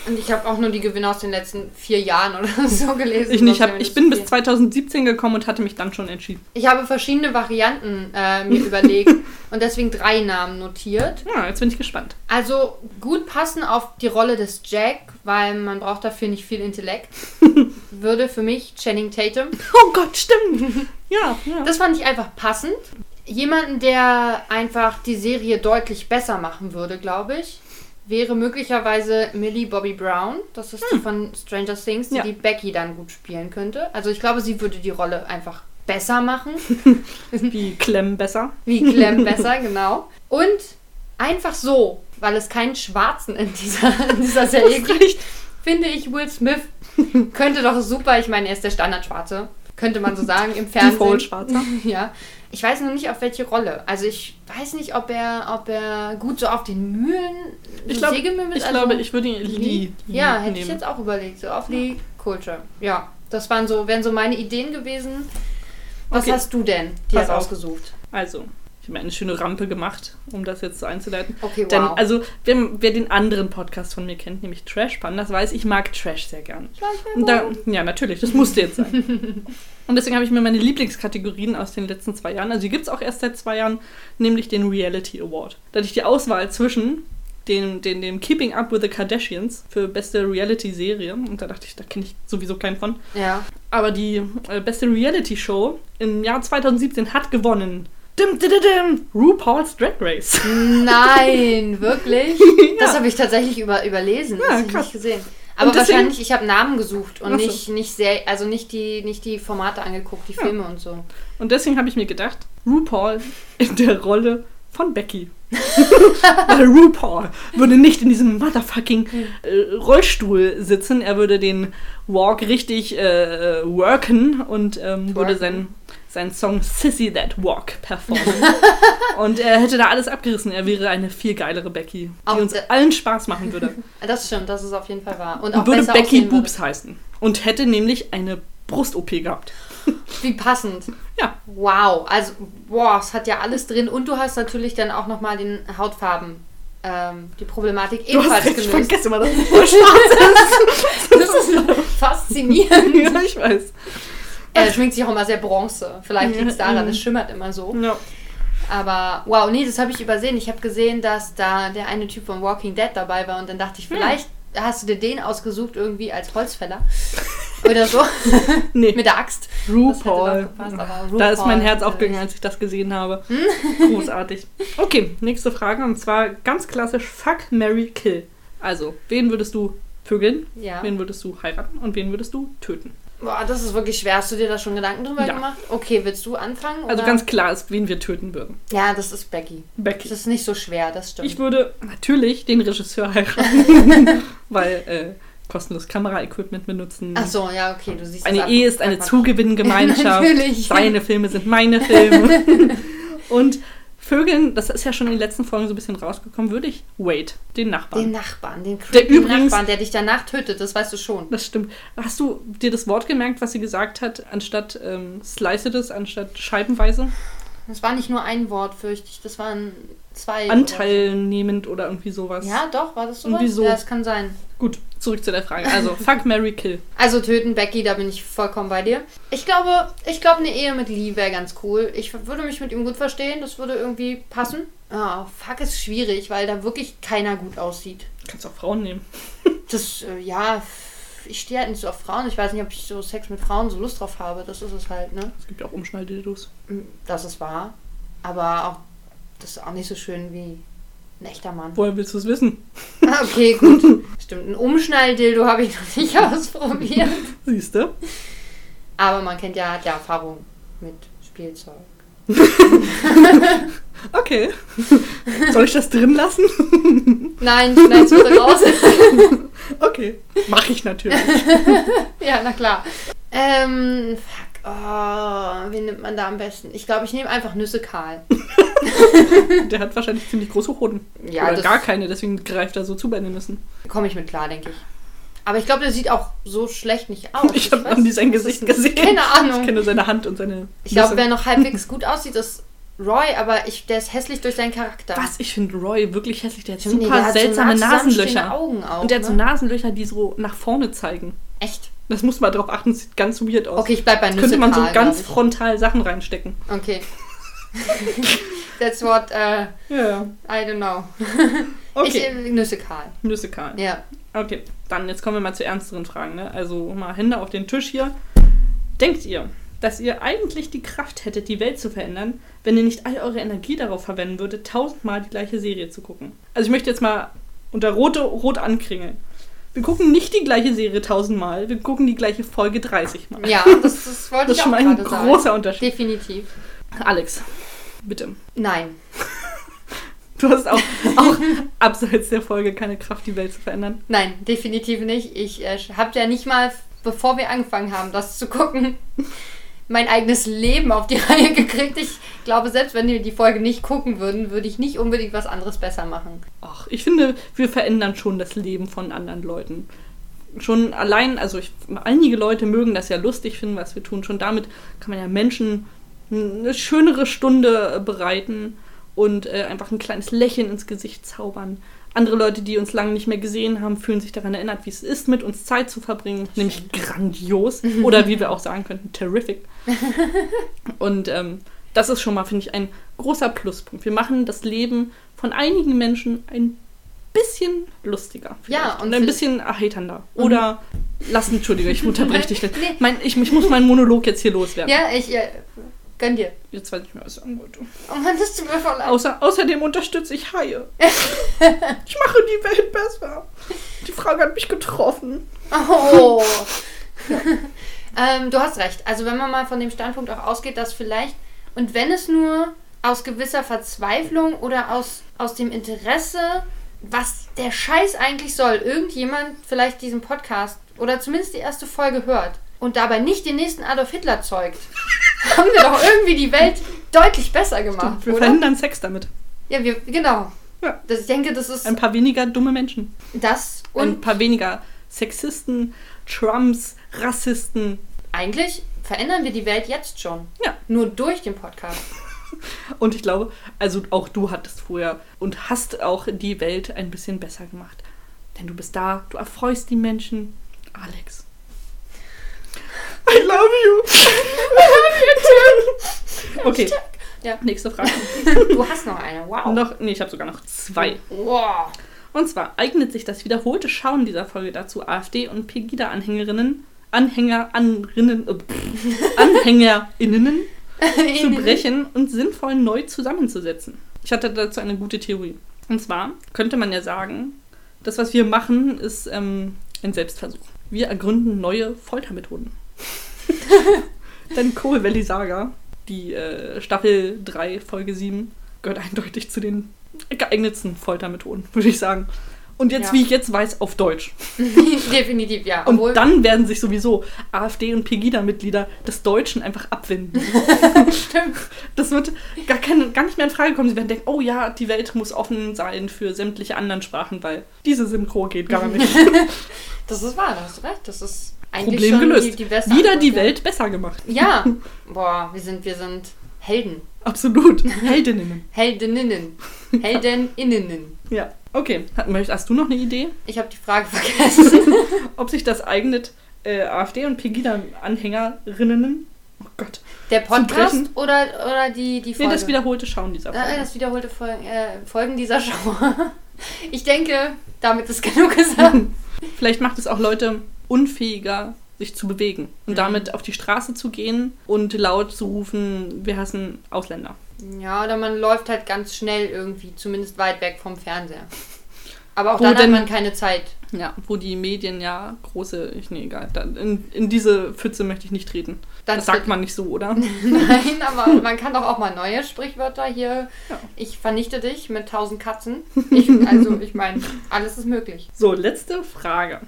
B: Und ich habe auch nur die Gewinner aus den letzten vier Jahren oder so gelesen.
A: Ich, nicht,
B: sonst
A: hab,
B: wäre mir
A: ich
B: das
A: bin
B: zu
A: bis
B: viel.
A: 2017 gekommen und hatte mich dann schon entschieden.
B: Ich habe verschiedene Varianten äh, mir überlegt und deswegen drei Namen notiert.
A: Ja, jetzt bin ich gespannt.
B: Also gut passen auf die Rolle des Jack, weil man braucht dafür nicht viel Intellekt. Würde für mich Channing Tatum.
A: Oh Gott, stimmt. ja, ja.
B: Das fand ich einfach passend. Jemanden, der einfach die Serie deutlich besser machen würde, glaube ich, wäre möglicherweise Millie Bobby Brown. Das ist die von Stranger Things, die,
A: Ja.
B: die Becky dann gut spielen könnte. Also ich glaube, sie würde die Rolle einfach besser machen.
A: Wie Clem besser.
B: Wie Clem besser, genau. Und einfach so, weil es keinen Schwarzen in dieser, in dieser Serie gibt, finde ich Will Smith könnte doch super, ich meine, er ist der Standardschwarze, könnte man so sagen, im
A: Default
B: Fernsehen.
A: schwarzer.
B: Ja. Ich weiß noch nicht, auf welche Rolle. Also ich weiß nicht, ob er, ob er gut so auf den Mühlen, so
A: Ich, glaub,
B: Sägemühlen
A: ich
B: also-
A: glaube, ich würde ihn Lee,
B: Lee? Ja, hätte ich
A: nehmen.
B: jetzt auch überlegt, so auf Lee Culture. Ja, das waren so, wären so meine Ideen gewesen. Was
A: Okay.
B: hast du denn dir
A: Pass auf.
B: ausgesucht?
A: Also, ich habe mir eine schöne Rampe gemacht, um das jetzt so einzuleiten.
B: Okay, wow.
A: Denn, also, wer, wer den anderen Podcast von mir kennt, nämlich Trash Pandas, weiß, ich mag Trash sehr gern. Und da, ja, natürlich, das musste jetzt sein. Und deswegen habe ich mir meine Lieblingskategorien aus den letzten zwei Jahren, also die gibt es auch erst seit zwei Jahren, nämlich den Reality Award. Da hatte ich die Auswahl zwischen dem, dem, dem Keeping Up with the Kardashians für beste Reality-Serie. Und da dachte ich, da kenne ich sowieso keinen von.
B: Ja.
A: Aber die äh, beste Reality-Show im Jahr 2017 hat gewonnen. Dim, dim, dim, dim, RuPaul's Drag Race.
B: Nein, wirklich? Das habe ich tatsächlich über, überlesen.
A: Ja,
B: das habe ich
A: krass.
B: nicht gesehen. Aber
A: deswegen-
B: wahrscheinlich, ich habe Namen gesucht und
A: Ach so.
B: nicht, nicht sehr, also nicht die, nicht die Formate angeguckt, die Filme und so.
A: Und deswegen habe ich mir gedacht, RuPaul in der Rolle von Becky. Weil RuPaul würde nicht in diesem motherfucking äh, Rollstuhl sitzen. Er würde den Walk richtig äh, worken und ähm, würde seinen, seinen Song Sissy That Walk performen. und er hätte da alles abgerissen. Er wäre eine viel geilere Becky, die
B: Auch
A: uns
B: der-
A: allen Spaß machen würde.
B: Das stimmt, das ist auf jeden Fall wahr. Und auch
A: Und würde
B: besser
A: Becky
B: aussehen würde.
A: Boobs heißen. Und hätte nämlich eine Brust-OP gehabt.
B: Wie passend.
A: Ja,
B: Wow, also boah, es hat ja alles drin und du hast natürlich dann auch noch mal den Hautfarben, ähm, die Problematik
A: du
B: ebenfalls
A: hast recht, ich
B: gelöst.
A: vergesse immer das.
B: Das ist faszinierend.
A: ja, ich weiß.
B: Er schminkt sich auch immer sehr Bronze. Vielleicht
A: Ja,
B: liegt es daran,
A: mm.
B: es schimmert immer so.
A: Ja.
B: Aber wow, nee, das habe ich übersehen. Ich habe gesehen, dass da der eine Typ von Walking Dead dabei war und dann dachte ich,
A: Hm.
B: vielleicht hast du dir den ausgesucht irgendwie als Holzfäller oder so
A: Nee,
B: mit der Axt. Das hätte
A: RuPaul.
B: doch gepasst, aber
A: Da ist mein
B: RuPaul
A: Herz
B: Hm? natürlich.
A: aufgegangen, als ich das gesehen habe. Großartig. Okay, nächste Frage. Und zwar ganz klassisch: Fuck, Mary, Kill. Also, wen würdest du vögeln?
B: Ja.
A: Wen würdest du heiraten? Und wen würdest du töten?
B: Boah, das ist wirklich schwer. Hast du dir da schon Gedanken drüber
A: Ja.
B: gemacht? Okay, willst du anfangen?
A: Also,
B: oder?
A: ganz klar ist, wen wir töten würden:
B: Ja, das ist Becky. Das
A: Becky.
B: ist nicht so schwer, das stimmt.
A: Ich würde natürlich den Regisseur heiraten, weil äh, kostenlos Kameraequipment benutzen.
B: Ach so, ja, okay, du siehst das
A: Eine
B: ab-
A: Ehe ist eine
B: ab-
A: Zugewinngemeinschaft.
B: Natürlich.
A: Seine Filme sind meine Filme. Und Vögeln, das ist ja schon in den letzten Folgen so ein bisschen rausgekommen, würde ich Wade, den Nachbarn.
B: Den Nachbarn, den
A: Der
B: creepy
A: übrigens-
B: Nachbarn, der dich danach tötet, das weißt du schon.
A: das stimmt. Hast du dir das Wort gemerkt, was sie gesagt hat, anstatt ähm, sliced anstatt scheibenweise?
B: Das war nicht nur ein Wort, fürchte ich. Das waren zwei.
A: Anteilnehmend oder irgendwie sowas.
B: Oder so. Ja, doch, war das sowas?
A: Irgendwie so.
B: Ja, das kann sein.
A: Gut, zurück zu der Frage. Also, fuck, Mary kill.
B: Also töten, Becky, da bin ich vollkommen bei dir. Ich glaube, ich glaube, eine Ehe mit Lee wäre ganz cool. Ich würde mich mit ihm gut verstehen, das würde irgendwie passen. Ah, fuck ist schwierig, weil da wirklich keiner gut aussieht.
A: Kannst auch Frauen nehmen.
B: Das, äh, ja, ich stehe halt nicht so auf Frauen. Ich weiß nicht, ob ich so Sex mit Frauen so Lust drauf habe. Das ist es halt, ne? Hm,
A: Es gibt ja auch Umschnalldildos.
B: Das ist wahr. Aber auch, das ist auch nicht so schön wie ein echter Mann.
A: Woher willst du es wissen?
B: Ah, Okay, gut. Stimmt, ein Umschnalldildo habe ich noch nicht ausprobiert.
A: Siehst du?
B: Aber man kennt ja die Erfahrung mit Spielzeug.
A: Okay. Soll ich das drin lassen?
B: Nein, schneid's bitte raus.
A: Okay. Mach ich natürlich.
B: ja, na klar. Ähm, fuck. Oh, wen nimmt man da am besten? Ich glaube, ich nehme einfach Nüsse kahl.
A: Der hat wahrscheinlich ziemlich große Hoden.
B: Ja,
A: Oder
B: das-
A: gar keine, deswegen greift er so zu bei den Nüssen.
B: Komme ich mit klar, denke ich. Aber ich glaube, der sieht auch so schlecht nicht aus.
A: Ich habe
B: weiß
A: noch nie sein
B: nicht, was
A: Gesicht
B: das
A: gesehen.
B: ist. Keine Ahnung.
A: Ich kenne nur seine Hand und seine.
B: Ich glaube,
A: Nüsse.
B: wer noch halbwegs gut aussieht, ist Roy, aber ich, der ist hässlich durch seinen Charakter.
A: Was? Ich finde Roy wirklich hässlich. Der hat
B: Nee,
A: super
B: der hat so
A: seltsame
B: nah zusammenstehende
A: Nasenlöcher.
B: Augen auch,
A: und der hat so
B: ne?
A: Nasenlöcher, die so nach vorne zeigen.
B: Echt?
A: Das muss man drauf achten, das sieht ganz weird aus.
B: Okay, ich bleib bei
A: Das
B: Nüsse
A: könnte man so
B: kahl,
A: ganz
B: glaub
A: frontal Sachen reinstecken.
B: ich. Okay. That's what, äh,
A: Ja.
B: I don't know. Ich,
A: Okay.
B: äh, Nüsse kahl.
A: Nüsse kahl.
B: Ja.
A: Okay, dann jetzt kommen wir mal zu ernsteren Fragen. Ne? Also mal Hände auf den Tisch hier. Denkt ihr, dass ihr eigentlich die Kraft hättet, die Welt zu verändern, wenn ihr nicht all eure Energie darauf verwenden würdet, tausendmal die gleiche Serie zu gucken? Also ich möchte jetzt mal unter rote rot ankringeln. Wir gucken nicht die gleiche Serie tausendmal, wir gucken die gleiche Folge 30 Mal.
B: Ja, das, das wollte
A: Das ist
B: ich auch
A: schon ein
B: gerade
A: großer
B: sagen.
A: Unterschied.
B: Definitiv.
A: Alex, bitte.
B: Nein.
A: Du hast auch, auch abseits der Folge keine Kraft, die Welt zu verändern.
B: Nein, definitiv nicht. Ich äh, habe ja nicht mal, bevor wir angefangen haben, das zu gucken, mein eigenes Leben auf die Reihe gekriegt. Ich glaube, selbst wenn wir die Folge nicht gucken würden, würde ich nicht unbedingt was anderes besser machen.
A: Ach, ich finde, wir verändern schon das Leben von anderen Leuten. Schon allein, also ich, einige Leute mögen das ja lustig finden, was wir tun. Schon damit kann man ja Menschen eine schönere Stunde äh, bereiten und äh, einfach ein kleines Lächeln ins Gesicht zaubern. Andere Leute, die uns lange nicht mehr gesehen haben, fühlen sich daran erinnert, wie es ist, mit uns Zeit zu verbringen. Nämlich grandios. Oder wie wir auch sagen könnten, terrific. Und ähm, das ist schon mal, finde ich, ein großer Pluspunkt. Wir machen das Leben von einigen Menschen ein bisschen lustiger.
B: Ja,
A: vielleicht.
B: und
A: und ein
B: vi-
A: bisschen erheiternder. Oder lass, entschuldige, ich unterbreche dich. gleich.
B: Mhm. Nee.
A: Mein, ich, ich muss meinen Monolog jetzt hier loswerden.
B: Ja, ich äh, gönn dir.
A: Jetzt weiß ich nicht mehr, was ich sagen wollte.
B: Oh Mann, das tut mir voll leid.
A: Außer, außerdem unterstütze ich Haie. ich mache die Welt besser. Die Frage hat mich getroffen.
B: Oh. ähm, du hast recht. Also wenn man mal von dem Standpunkt auch ausgeht, dass vielleicht, und wenn es nur aus gewisser Verzweiflung oder aus, aus dem Interesse, was der Scheiß eigentlich soll, irgendjemand vielleicht diesen Podcast oder zumindest die erste Folge hört und dabei nicht den nächsten Adolf Hitler zeugt, haben wir doch irgendwie die Welt deutlich besser gemacht,
A: Wir
B: oder?
A: verhindern Sex damit.
B: Ja, wir, genau.
A: Ja.
B: Das, ich denke, das ist
A: Ein paar weniger dumme Menschen.
B: das und
A: ein paar weniger Sexisten, Trumps, Rassisten.
B: Eigentlich verändern wir die Welt jetzt schon.
A: Ja.
B: Nur durch den Podcast.
A: Und ich glaube, also auch du hattest vorher und hast auch die Welt ein bisschen besser gemacht. Denn du bist da, du erfreust die Menschen. Alex. I love you. I love you too. Okay,
B: Ja.
A: nächste Frage.
B: Du hast noch eine. Wow.
A: Noch, nee, ich habe sogar noch zwei.
B: Wow.
A: Und zwar eignet sich das wiederholte Schauen dieser Folge dazu, AfD und Pegida-Anhängerinnen, Anhänger, Anrinnen, äh, pff, AnhängerInnen zu brechen und sinnvoll neu zusammenzusetzen. Ich hatte dazu eine gute Theorie. Und zwar könnte man ja sagen, das, was wir machen, ist ähm, ein Selbstversuch. Wir ergründen neue Foltermethoden. Denn Coal Valley Saga, die äh, Staffel 3, Folge 7, gehört eindeutig zu den geeignetsten Foltermethoden, würde ich sagen. Und jetzt,
B: Ja.
A: wie ich jetzt weiß, auf Deutsch.
B: Definitiv, ja.
A: Und
B: Obwohl,
A: dann werden sich sowieso AfD und Pegida-Mitglieder des Deutschen einfach abwenden.
B: stimmt.
A: Das wird gar, keine, gar nicht mehr in Frage kommen. Sie werden denken, oh ja, die Welt muss offen sein für sämtliche anderen Sprachen, weil diese Synchro geht gar nicht.
B: Das ist wahr, da hast du recht. Das ist
A: Problem
B: eigentlich schon
A: gelöst.
B: Die, die beste
A: Wieder
B: Antwort,
A: die
B: ja.
A: Welt besser gemacht.
B: Ja. Boah, wir sind, wir sind. Helden.
A: Absolut. Heldinnen.
B: Heldinnen. Heldeninnen.
A: Ja. Okay. Hat- möcht- Hast du noch eine Idee,
B: Ich habe die Frage vergessen.
A: ob sich das eignet, äh, AfD und Pegida-Anhängerinnen? Oh Gott.
B: Der Podcast
A: brechen?
B: oder, oder die, die
A: Nee,
B: Folge?
A: das wiederholte Schauen dieser
B: Äh,
A: Folge.
B: das wiederholte Folgen, äh, Folgen dieser Show. Ich denke, damit ist genug gesagt.
A: Vielleicht macht es auch Leute unfähiger, sich zu bewegen und damit auf die Straße zu gehen und laut zu rufen, wir hassen Ausländer.
B: Ja, oder man läuft halt ganz schnell irgendwie, zumindest weit weg vom Fernseher. Aber auch
A: Wo
B: dann hat
A: denn-
B: man keine Zeit.
A: Ja, wo die Medien ja große, ich nee, egal, da, in, in diese Pfütze möchte ich nicht treten.
B: Dann
A: das sagt
B: tritt-
A: man nicht so, oder?
B: Nein, aber man kann doch auch mal neue Sprichwörter hier.
A: Ja.
B: Ich vernichte dich mit tausend Katzen. Ich, also, ich meine, alles ist möglich.
A: So, letzte Frage.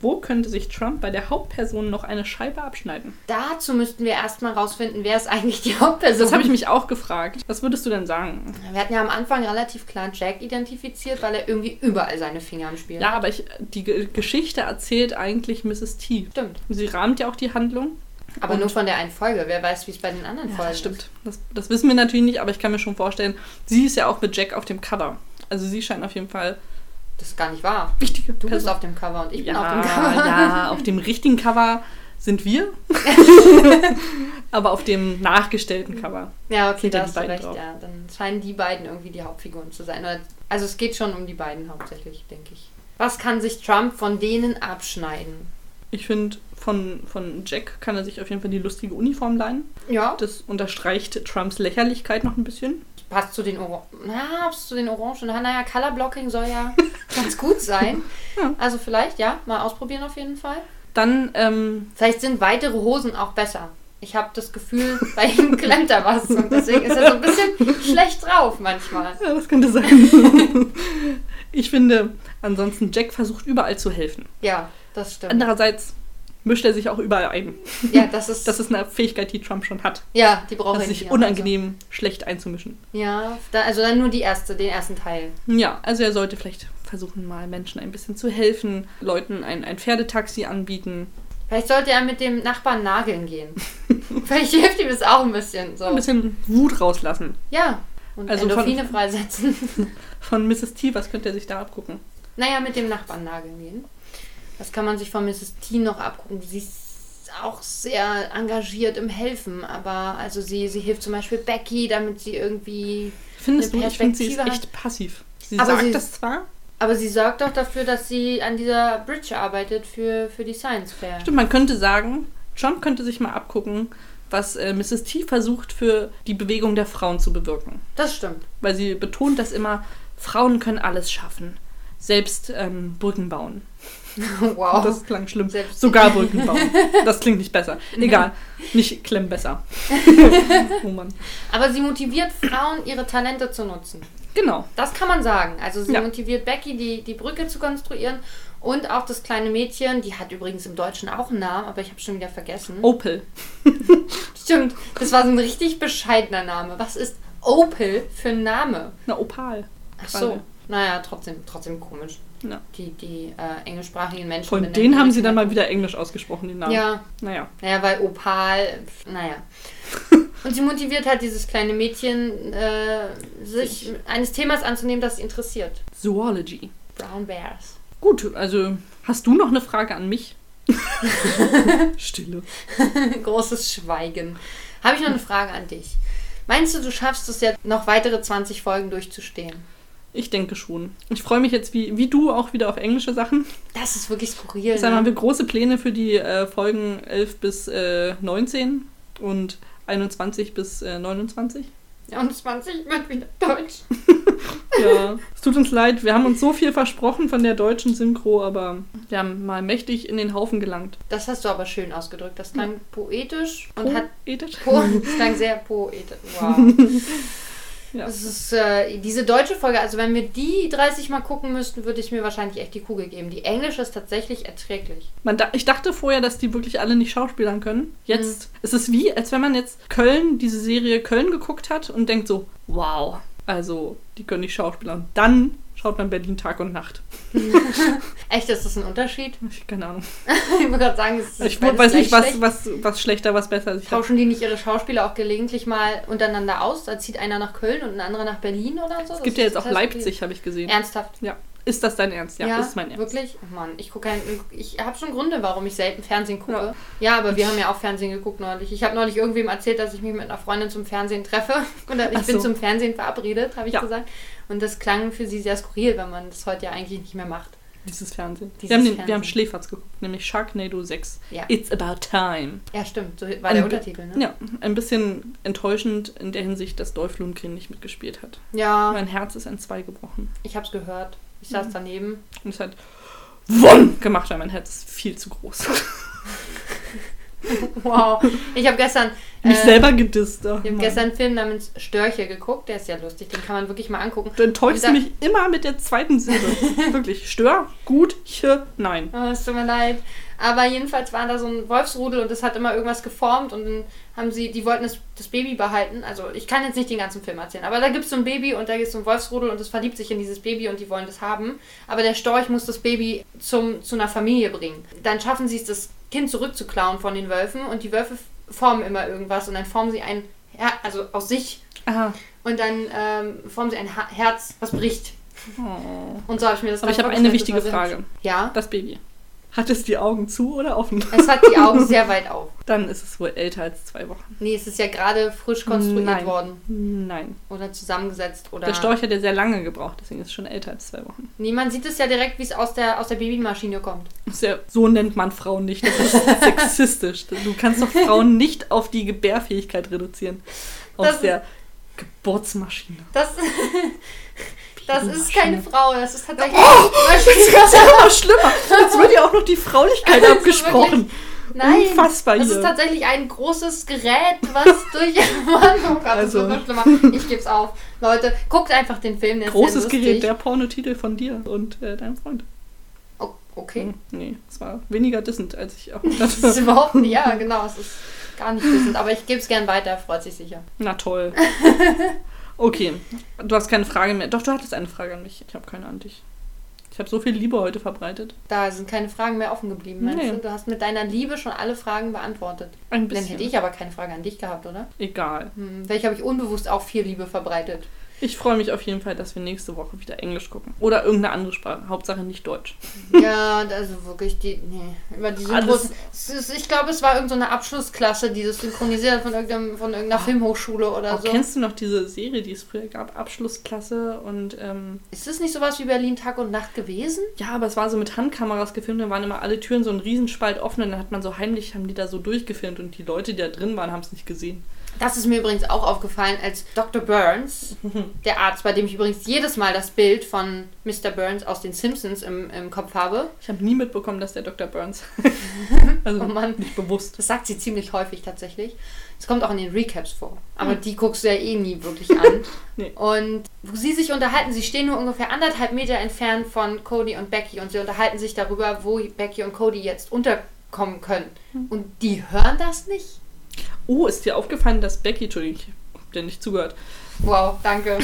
A: Wo könnte sich Trump bei der Hauptperson noch eine Scheibe abschneiden?
B: Dazu müssten wir erstmal rausfinden, wer ist eigentlich die Hauptperson.
A: Das habe ich mich auch gefragt. Was würdest du denn sagen?
B: Wir hatten ja am Anfang relativ klar Jack identifiziert, weil er irgendwie überall seine Finger am Spiel
A: Ja,
B: hat.
A: aber ich, die Ge- Geschichte erzählt eigentlich Mrs. T.
B: Stimmt.
A: Sie rahmt ja auch die Handlung.
B: Aber
A: Und-
B: nur von der einen Folge. Wer weiß, wie es bei den anderen Folgen
A: das stimmt. Das, das wissen wir natürlich nicht, aber ich kann mir schon vorstellen, sie ist ja auch mit Jack auf dem Cover. Also sie scheint auf jeden Fall
B: ist. Das ist gar nicht wahr.
A: wichtige
B: Du bist
A: Person.
B: auf dem Cover und ich bin
A: ja,
B: auf dem Cover.
A: ja, auf dem richtigen Cover sind wir, aber auf dem nachgestellten Cover.
B: Ja, okay,
A: Sind ja
B: da
A: die
B: hast du
A: beiden
B: recht.
A: drauf.
B: Ja, dann scheinen die beiden irgendwie die Hauptfiguren zu sein. Oder- Also es geht schon um die beiden hauptsächlich, denke ich. Was kann sich Trump von denen abschneiden?
A: Ich finde, von, von Jack kann er sich auf jeden Fall die lustige Uniform leihen.
B: Ja,
A: Das unterstreicht Trumps Lächerlichkeit noch ein bisschen.
B: passt zu den Orangen. Na, passt zu den Orangen. Na, naja, Colorblocking soll ja ganz gut sein.
A: Ja.
B: Also vielleicht, ja, mal ausprobieren auf jeden Fall.
A: Dann, ähm,
B: Vielleicht sind weitere Hosen auch besser. Ich habe das Gefühl, bei ihm klemmt da was. Und deswegen ist er so ein bisschen schlecht drauf manchmal.
A: ja, das könnte sein. ich finde, ansonsten, Jack versucht überall zu helfen.
B: Ja, das stimmt.
A: Andererseits mischt er sich auch überall ein.
B: Ja, das ist,
A: Das ist eine Fähigkeit, die Trump schon hat.
B: ja, die brauche
A: dass
B: ich nicht.
A: sich
B: auch. Also-
A: unangenehm schlecht einzumischen.
B: Ja, da, also dann nur die erste, den ersten Teil.
A: Ja, also er sollte vielleicht versuchen, mal Menschen ein bisschen zu helfen, Leuten ein, ein Pferdetaxi anbieten.
B: Vielleicht sollte er mit dem Nachbarn nageln gehen. Vielleicht hilft ihm das auch ein bisschen. So.
A: Ein bisschen Wut rauslassen.
B: Ja, und
A: Also von-
B: Endorphine freisetzen.
A: Von Mrs. T, was könnte er sich da abgucken?
B: naja, mit dem Nachbarn nageln gehen. Was kann man sich von Mrs. T noch abgucken? Sie ist auch sehr engagiert im Helfen, aber also sie, sie hilft zum Beispiel Becky, damit sie irgendwie...
A: Findest
B: Eine
A: du, ich finde, sie ist
B: Perspektive
A: echt passiv. Sie
B: Aber
A: sagt
B: sie-
A: das zwar.
B: Aber sie sorgt auch dafür, dass sie an dieser Bridge arbeitet für, für die Science Fair.
A: Stimmt, man könnte sagen, Trump könnte sich mal abgucken, was äh, Mrs. T versucht, für die Bewegung der Frauen zu bewirken.
B: Das stimmt.
A: Weil sie betont das immer, Frauen können alles schaffen. Selbst ähm, Brücken bauen.
B: Wow.
A: Das klang schlimm.
B: Oh, Selbst-
A: Sogar Brücken bauen. Das klingt nicht besser. Egal. Nicht klemm besser. oh Mann.
B: aber sie motiviert Frauen, ihre Talente zu nutzen.
A: Genau.
B: Das kann man sagen. Also sie
A: Ja.
B: motiviert Becky, die, die Brücke zu konstruieren und auch das kleine Mädchen, die hat übrigens im Deutschen auch einen Namen, aber ich habe schon wieder vergessen.
A: Opel.
B: Stimmt, das war so ein richtig bescheidener Name. Was ist Opel für ein Name?
A: Na, Opal.
B: Ach so. Naja, trotzdem, trotzdem komisch.
A: Ja.
B: Die, die äh, englischsprachigen Menschen.
A: Von
B: benennen
A: denen haben
B: ihre
A: sie dann
B: Kinder-
A: mal wieder Englisch ausgesprochen, den Namen.
B: Ja,
A: Naja.
B: naja, weil Opal, pf, naja. Und sie motiviert halt dieses kleine Mädchen, äh, sich eines Themas anzunehmen, das sie interessiert.
A: Zoology.
B: Brown Bears.
A: Gut, also hast du noch eine Frage an mich? Stille.
B: Großes Schweigen. Habe ich noch eine Frage an dich. Meinst du, du schaffst es jetzt, noch weitere 20 Folgen durchzustehen?
A: Ich denke schon. Ich freue mich jetzt wie, wie du auch wieder auf englische Sachen.
B: Das ist wirklich skurril.
A: Jetzt haben
B: Ne?
A: wir große Pläne für die äh, Folgen 11 bis äh, 19 und 21 bis äh, 29.
B: Und 20 wird wieder Deutsch.
A: Ja, es tut uns leid, wir haben uns so viel versprochen von der deutschen Synchro, aber wir haben mal mächtig in den Haufen gelangt.
B: Das hast du aber schön ausgedrückt. Das klang poetisch und hat.
A: Poetisch?
B: Po, das klang sehr poetisch. Wow.
A: Ja.
B: Das ist äh, diese deutsche Folge. Also, wenn wir die 30 mal gucken müssten, würde ich mir wahrscheinlich echt die Kugel geben. Die englische ist tatsächlich erträglich.
A: Man da, ich dachte vorher, dass die wirklich alle nicht schauspielern können.
B: Mhm.
A: Jetzt ist es wie, als wenn man jetzt Köln, diese Serie Köln geguckt hat und denkt so, wow, Also, die können nicht Schauspielern. Dann schaut man Berlin Tag und Nacht.
B: Echt, ist das ein Unterschied?
A: Ich, keine Ahnung.
B: ich wollte gerade sagen, es ist
A: Ich
B: beides
A: weiß nicht,
B: gleich
A: was,
B: schlecht.
A: was, was schlechter, was besser ist. Ich glaub,
B: Tauschen die nicht ihre Schauspieler auch gelegentlich mal untereinander aus? Da zieht einer nach Köln und ein anderer nach Berlin oder so?
A: es gibt ja jetzt auch Leipzig, habe ich gesehen.
B: Ernsthaft?
A: Ja. Ist das dein Ernst? Ja,
B: ja,
A: ist mein Ernst.
B: Wirklich? Oh Mann, ich gucke kein. Ich habe schon Gründe, warum ich selten Fernsehen gucke.
A: Ja.
B: Ja. aber wir haben ja auch Fernsehen geguckt neulich. Ich habe neulich irgendwem erzählt, dass ich mich mit einer Freundin zum Fernsehen treffe. Und dann- ich
A: Ach
B: bin
A: so.
B: zum Fernsehen verabredet, habe ich
A: Ja.
B: gesagt. Und das klang für sie sehr skurril, weil man das heute ja eigentlich nicht mehr macht.
A: Dieses Fernsehen.
B: Dieses
A: wir, haben den, wir
B: Fernsehen.
A: haben Schläferz geguckt, nämlich Sharknado 6.
B: Ja.
A: It's about time.
B: Ja, stimmt. So war
A: Ein
B: der
A: bi-
B: Untertitel, ne?
A: Also, Ja, ein bisschen enttäuschend in der Hinsicht, dass Dolph Lundgren nicht mitgespielt hat.
B: Ja,
A: Mein Herz ist in zwei gebrochen.
B: ich habe es gehört. Ich saß
A: Mhm.
B: daneben.
A: Und es hat WUM gemacht, weil mein Herz ist viel zu groß.
B: Wow. Ich habe gestern.
A: Mich
B: äh,
A: selber gedisst. Oh,
B: Ich habe
A: Mann.
B: gestern einen Film namens Störche geguckt, der ist ja lustig, den kann man wirklich mal angucken.
A: Du enttäuschst
B: Dieser-
A: mich immer mit der zweiten Silbe. Wirklich. Stör, gut, hier, nein.
B: Oh, es tut mir leid. Aber jedenfalls war da so ein Wolfsrudel und das hat immer irgendwas geformt und dann haben sie, die wollten das, das Baby behalten. Also ich kann jetzt nicht den ganzen Film erzählen, aber da gibt es so ein Baby und da gibt es so ein Wolfsrudel und das verliebt sich in dieses Baby und die wollen das haben. Aber der Storch muss das Baby zum, zu einer Familie bringen. Dann schaffen sie es, das Kind zurückzuklauen von den Wölfen und die Wölfe formen immer irgendwas und dann formen sie ein, Her- also aus sich
A: Aha.
B: und dann ähm, formen sie ein Ha- Herz, was bricht.
A: Oh.
B: Und so habe ich mir das
A: Aber ich
B: dann
A: habe eine
B: vorgestellt,
A: wichtige
B: das war
A: Frage.
B: Sinn. Ja,
A: Das Baby. Hat es die Augen zu oder offen?
B: es hat die Augen sehr weit auf.
A: Dann ist es wohl älter als zwei Wochen.
B: Nee, es ist ja gerade frisch konstruiert
A: Nein.
B: worden
A: Nein.
B: oder zusammengesetzt oder.
A: Der Storch hat ja sehr lange gebraucht, deswegen ist es schon älter als zwei Wochen.
B: Nee, man sieht es ja direkt, wie es aus der, aus der Babymaschine kommt.
A: Ist ja, so nennt man Frauen nicht. Das ist sexistisch. Du kannst doch Frauen nicht auf die Gebärfähigkeit reduzieren. Auf
B: Das ist-
A: der Geburtsmaschine.
B: Das, das ist keine Frau, das ist tatsächlich.
A: Das ist ja immer schlimmer. Jetzt wird ja auch noch die Fraulichkeit
B: Also
A: abgesprochen.
B: Nein,
A: unfassbar
B: das
A: hier.
B: ist tatsächlich ein großes Gerät, was durch. Mann, oh Gott, das
A: Also.
B: wird noch schlimmer. Ich geb's auf. Leute, guckt einfach den Film, der
A: Großes
B: ist sehr lustig.
A: Gerät, der Pornotitel von dir und äh, deinem Freund.
B: Oh, okay.
A: Hm, nee, es war weniger dissend, als ich auch
B: Das ist
A: dachte.
B: überhaupt nicht, ja, genau, es ist gar nicht wissend, aber ich geb's gern weiter, freut sich sicher.
A: Na toll. Okay, du hast keine Frage mehr. Doch, du hattest eine Frage an mich. Ich habe keine an dich. Ich habe so viel Liebe heute verbreitet.
B: Da sind keine Fragen mehr offen geblieben, meinst
A: Nee.
B: du? Du hast mit deiner Liebe schon alle Fragen beantwortet.
A: Ein
B: Dann
A: bisschen.
B: hätte ich aber keine Frage an dich gehabt, oder?
A: Egal.
B: Hm, welche habe ich unbewusst auch viel Liebe verbreitet.
A: Ich freue mich auf jeden Fall, dass wir nächste Woche wieder Englisch gucken. Oder irgendeine andere Sprache. Hauptsache nicht Deutsch.
B: ja, also wirklich die. Nee, über die
A: Alles-
B: Synchros. Es ist- Ich glaube, es war irgendeine so eine Abschlussklasse, die das synchronisiert hat von, irgendeinem, von irgendeiner Filmhochschule oder
A: Auch
B: so.
A: Ah. Oh, kennst du noch diese Serie, die es früher gab? Abschlussklasse und ähm,
B: Ist das nicht sowas wie Berlin Tag und Nacht gewesen?
A: ja, aber es war so mit Handkameras gefilmt, dann waren immer alle Türen so ein Riesenspalt offen und dann hat man so heimlich, haben die da so durchgefilmt und die Leute, die da drin waren, haben es nicht gesehen.
B: Das ist mir übrigens auch aufgefallen, als Dr. Burns, der Arzt, bei dem ich übrigens jedes Mal das Bild von Mr. Burns aus den Simpsons im, im Kopf habe.
A: Ich habe nie mitbekommen, dass der Dr. Burns. also
B: Oh Mann.
A: nicht bewusst.
B: Das sagt sie ziemlich häufig tatsächlich. Es kommt auch in den Recaps vor. Aber die guckst du ja eh nie wirklich an.
A: Nee.
B: Und wo sie sich unterhalten, sie stehen nur ungefähr anderthalb Meter entfernt von Cody und Becky und sie unterhalten sich darüber, wo Becky und Cody jetzt unterkommen können. Und die hören das nicht?
A: Oh, ist dir aufgefallen, dass Becky, Entschuldigung, ich hab dir nicht zugehört.
B: Wow, danke.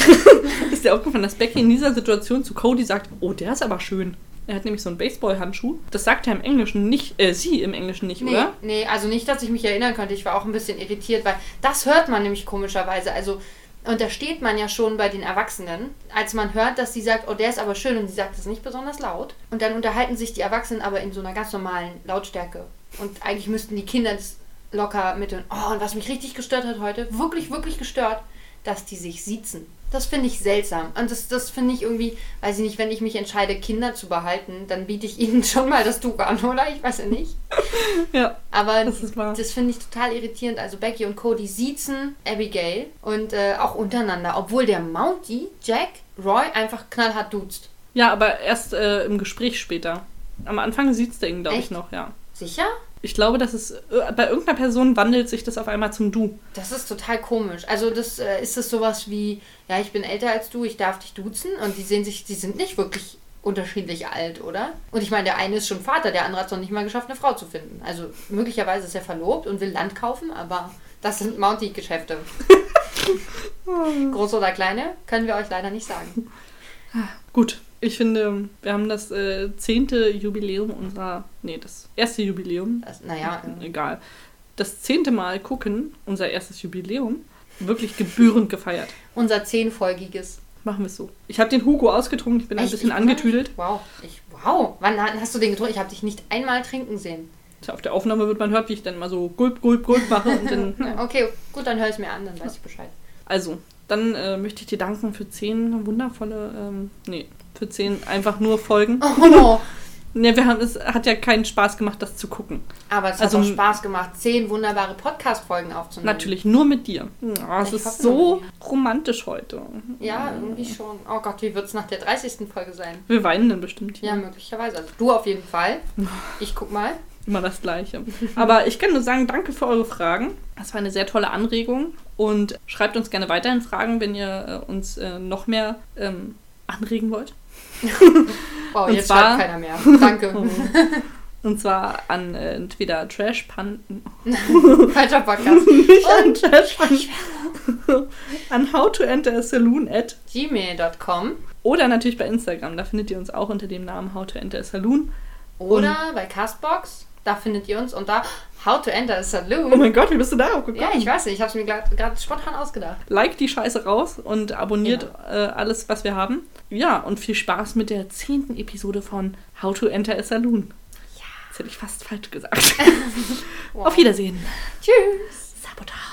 A: Ist dir aufgefallen, dass Becky in dieser Situation zu Cody sagt, oh, der ist aber schön. Er hat nämlich so einen Baseballhandschuh. Das sagt er im Englischen nicht, äh, sie im Englischen nicht,
B: Nee,
A: oder?
B: nee, also nicht, dass ich mich erinnern könnte. Ich war auch ein bisschen irritiert, weil das hört man nämlich komischerweise. Also, und da steht man ja schon bei den Erwachsenen, als man hört, dass sie sagt, oh, der ist aber schön und sie sagt es nicht besonders laut. Und dann unterhalten sich die Erwachsenen aber in so einer ganz normalen Lautstärke. Und eigentlich müssten die Kinder es locker mithören. Oh, und was mich richtig gestört hat heute, wirklich, wirklich gestört, dass die sich siezen. Das finde ich seltsam. Und das, das finde ich irgendwie, weiß ich nicht, wenn ich mich entscheide, Kinder zu behalten, dann biete ich ihnen schon mal das Tuch an, oder? Ich weiß ja nicht.
A: Ja.
B: Aber
A: Das
B: das,
A: ist wahr.
B: finde ich total irritierend. Also Becky und Cody siezen Abigail und äh, auch untereinander, obwohl der Mountie, Jack, Roy einfach knallhart duzt.
A: Ja, aber erst äh, im Gespräch später. Am Anfang sieht's der ihn, glaube ich,
B: Echt?
A: noch, ja.
B: Sicher?
A: Ich glaube, dass es äh, bei irgendeiner Person wandelt sich das auf einmal zum Du.
B: Das ist total komisch. Also das äh, ist es sowas wie, ja, ich bin älter als du, ich darf dich duzen und die sehen sich, die sind nicht wirklich unterschiedlich alt, oder? Und ich meine, der eine ist schon Vater, der andere hat es noch nicht mal geschafft, eine Frau zu finden. Also möglicherweise ist er verlobt und will Land kaufen, aber das sind Mountie-Geschäfte. Groß oder kleine, können wir euch leider nicht sagen.
A: Gut, ich finde, wir haben das äh, zehnte Jubiläum unserer, nee, das erste Jubiläum,
B: Das, naja, äh,
A: egal, das zehnte Mal gucken, unser erstes Jubiläum, wirklich gebührend gefeiert.
B: unser zehnfolgiges.
A: Machen wir es so. Ich habe den Hugo ausgetrunken, ich bin ein
B: Echt?
A: bisschen
B: Ich-
A: angetüdelt.
B: Wow. Ich, wow. Wann ha- hast du den getrunken? Ich habe dich nicht einmal trinken sehen.
A: Tja, Auf der Aufnahme wird man hört, wie ich dann mal so gulp, gulp, gulp mache und dann. naja.
B: Okay, gut, dann höre ich mir an, dann weiß ich Bescheid.
A: Also, dann äh, möchte ich dir danken für zehn wundervolle, ähm, nee, für zehn einfach nur Folgen.
B: Oh no.
A: Ne, wir haben, es hat ja keinen Spaß gemacht, das zu gucken.
B: Aber es
A: Also-
B: hat auch Spaß gemacht, zehn wunderbare Podcast-Folgen aufzunehmen.
A: Natürlich nur mit dir. Oh, es
B: Mhm. Ich
A: ist
B: hoffe,
A: so
B: mit
A: romantisch heute.
B: Ja, irgendwie schon. Oh Gott, wie wird es nach der 30. Folge sein?
A: Wir weinen dann bestimmt hier.
B: Ja, möglicherweise. Also du auf jeden Fall. Ich guck mal.
A: Immer das Gleiche. Aber ich kann nur sagen, danke für eure Fragen. Das war eine sehr tolle Anregung. Und schreibt uns gerne weiterhin Fragen, wenn ihr äh, uns äh, noch mehr ähm, anregen wollt.
B: Oh,
A: Und
B: jetzt
A: zwar-
B: schreibt keiner mehr. Danke.
A: Und zwar an äh, entweder Trashpanten
B: Falscher Podcast.
A: an, Trashpan Oh. an how to enter a saloon at
B: Gmail.com
A: oder natürlich bei Instagram. Da findet ihr uns auch unter dem Namen how to enter a saloon.
B: oder bei Castbox. Da findet ihr uns und da How to Enter a
A: Oh
B: Saloon.
A: mein Gott, wie bist du darauf gekommen?
B: Ja, ich weiß nicht. Ich habe es mir gerade spontan ausgedacht.
A: Like die Scheiße raus und abonniert äh, alles, was wir haben. Ja, und viel Spaß mit der zehnten Episode von How to Enter a Saloon. Das hätte ich fast falsch gesagt.
B: Wow.
A: Auf Wiedersehen.
B: Tschüss.
A: Sabotage.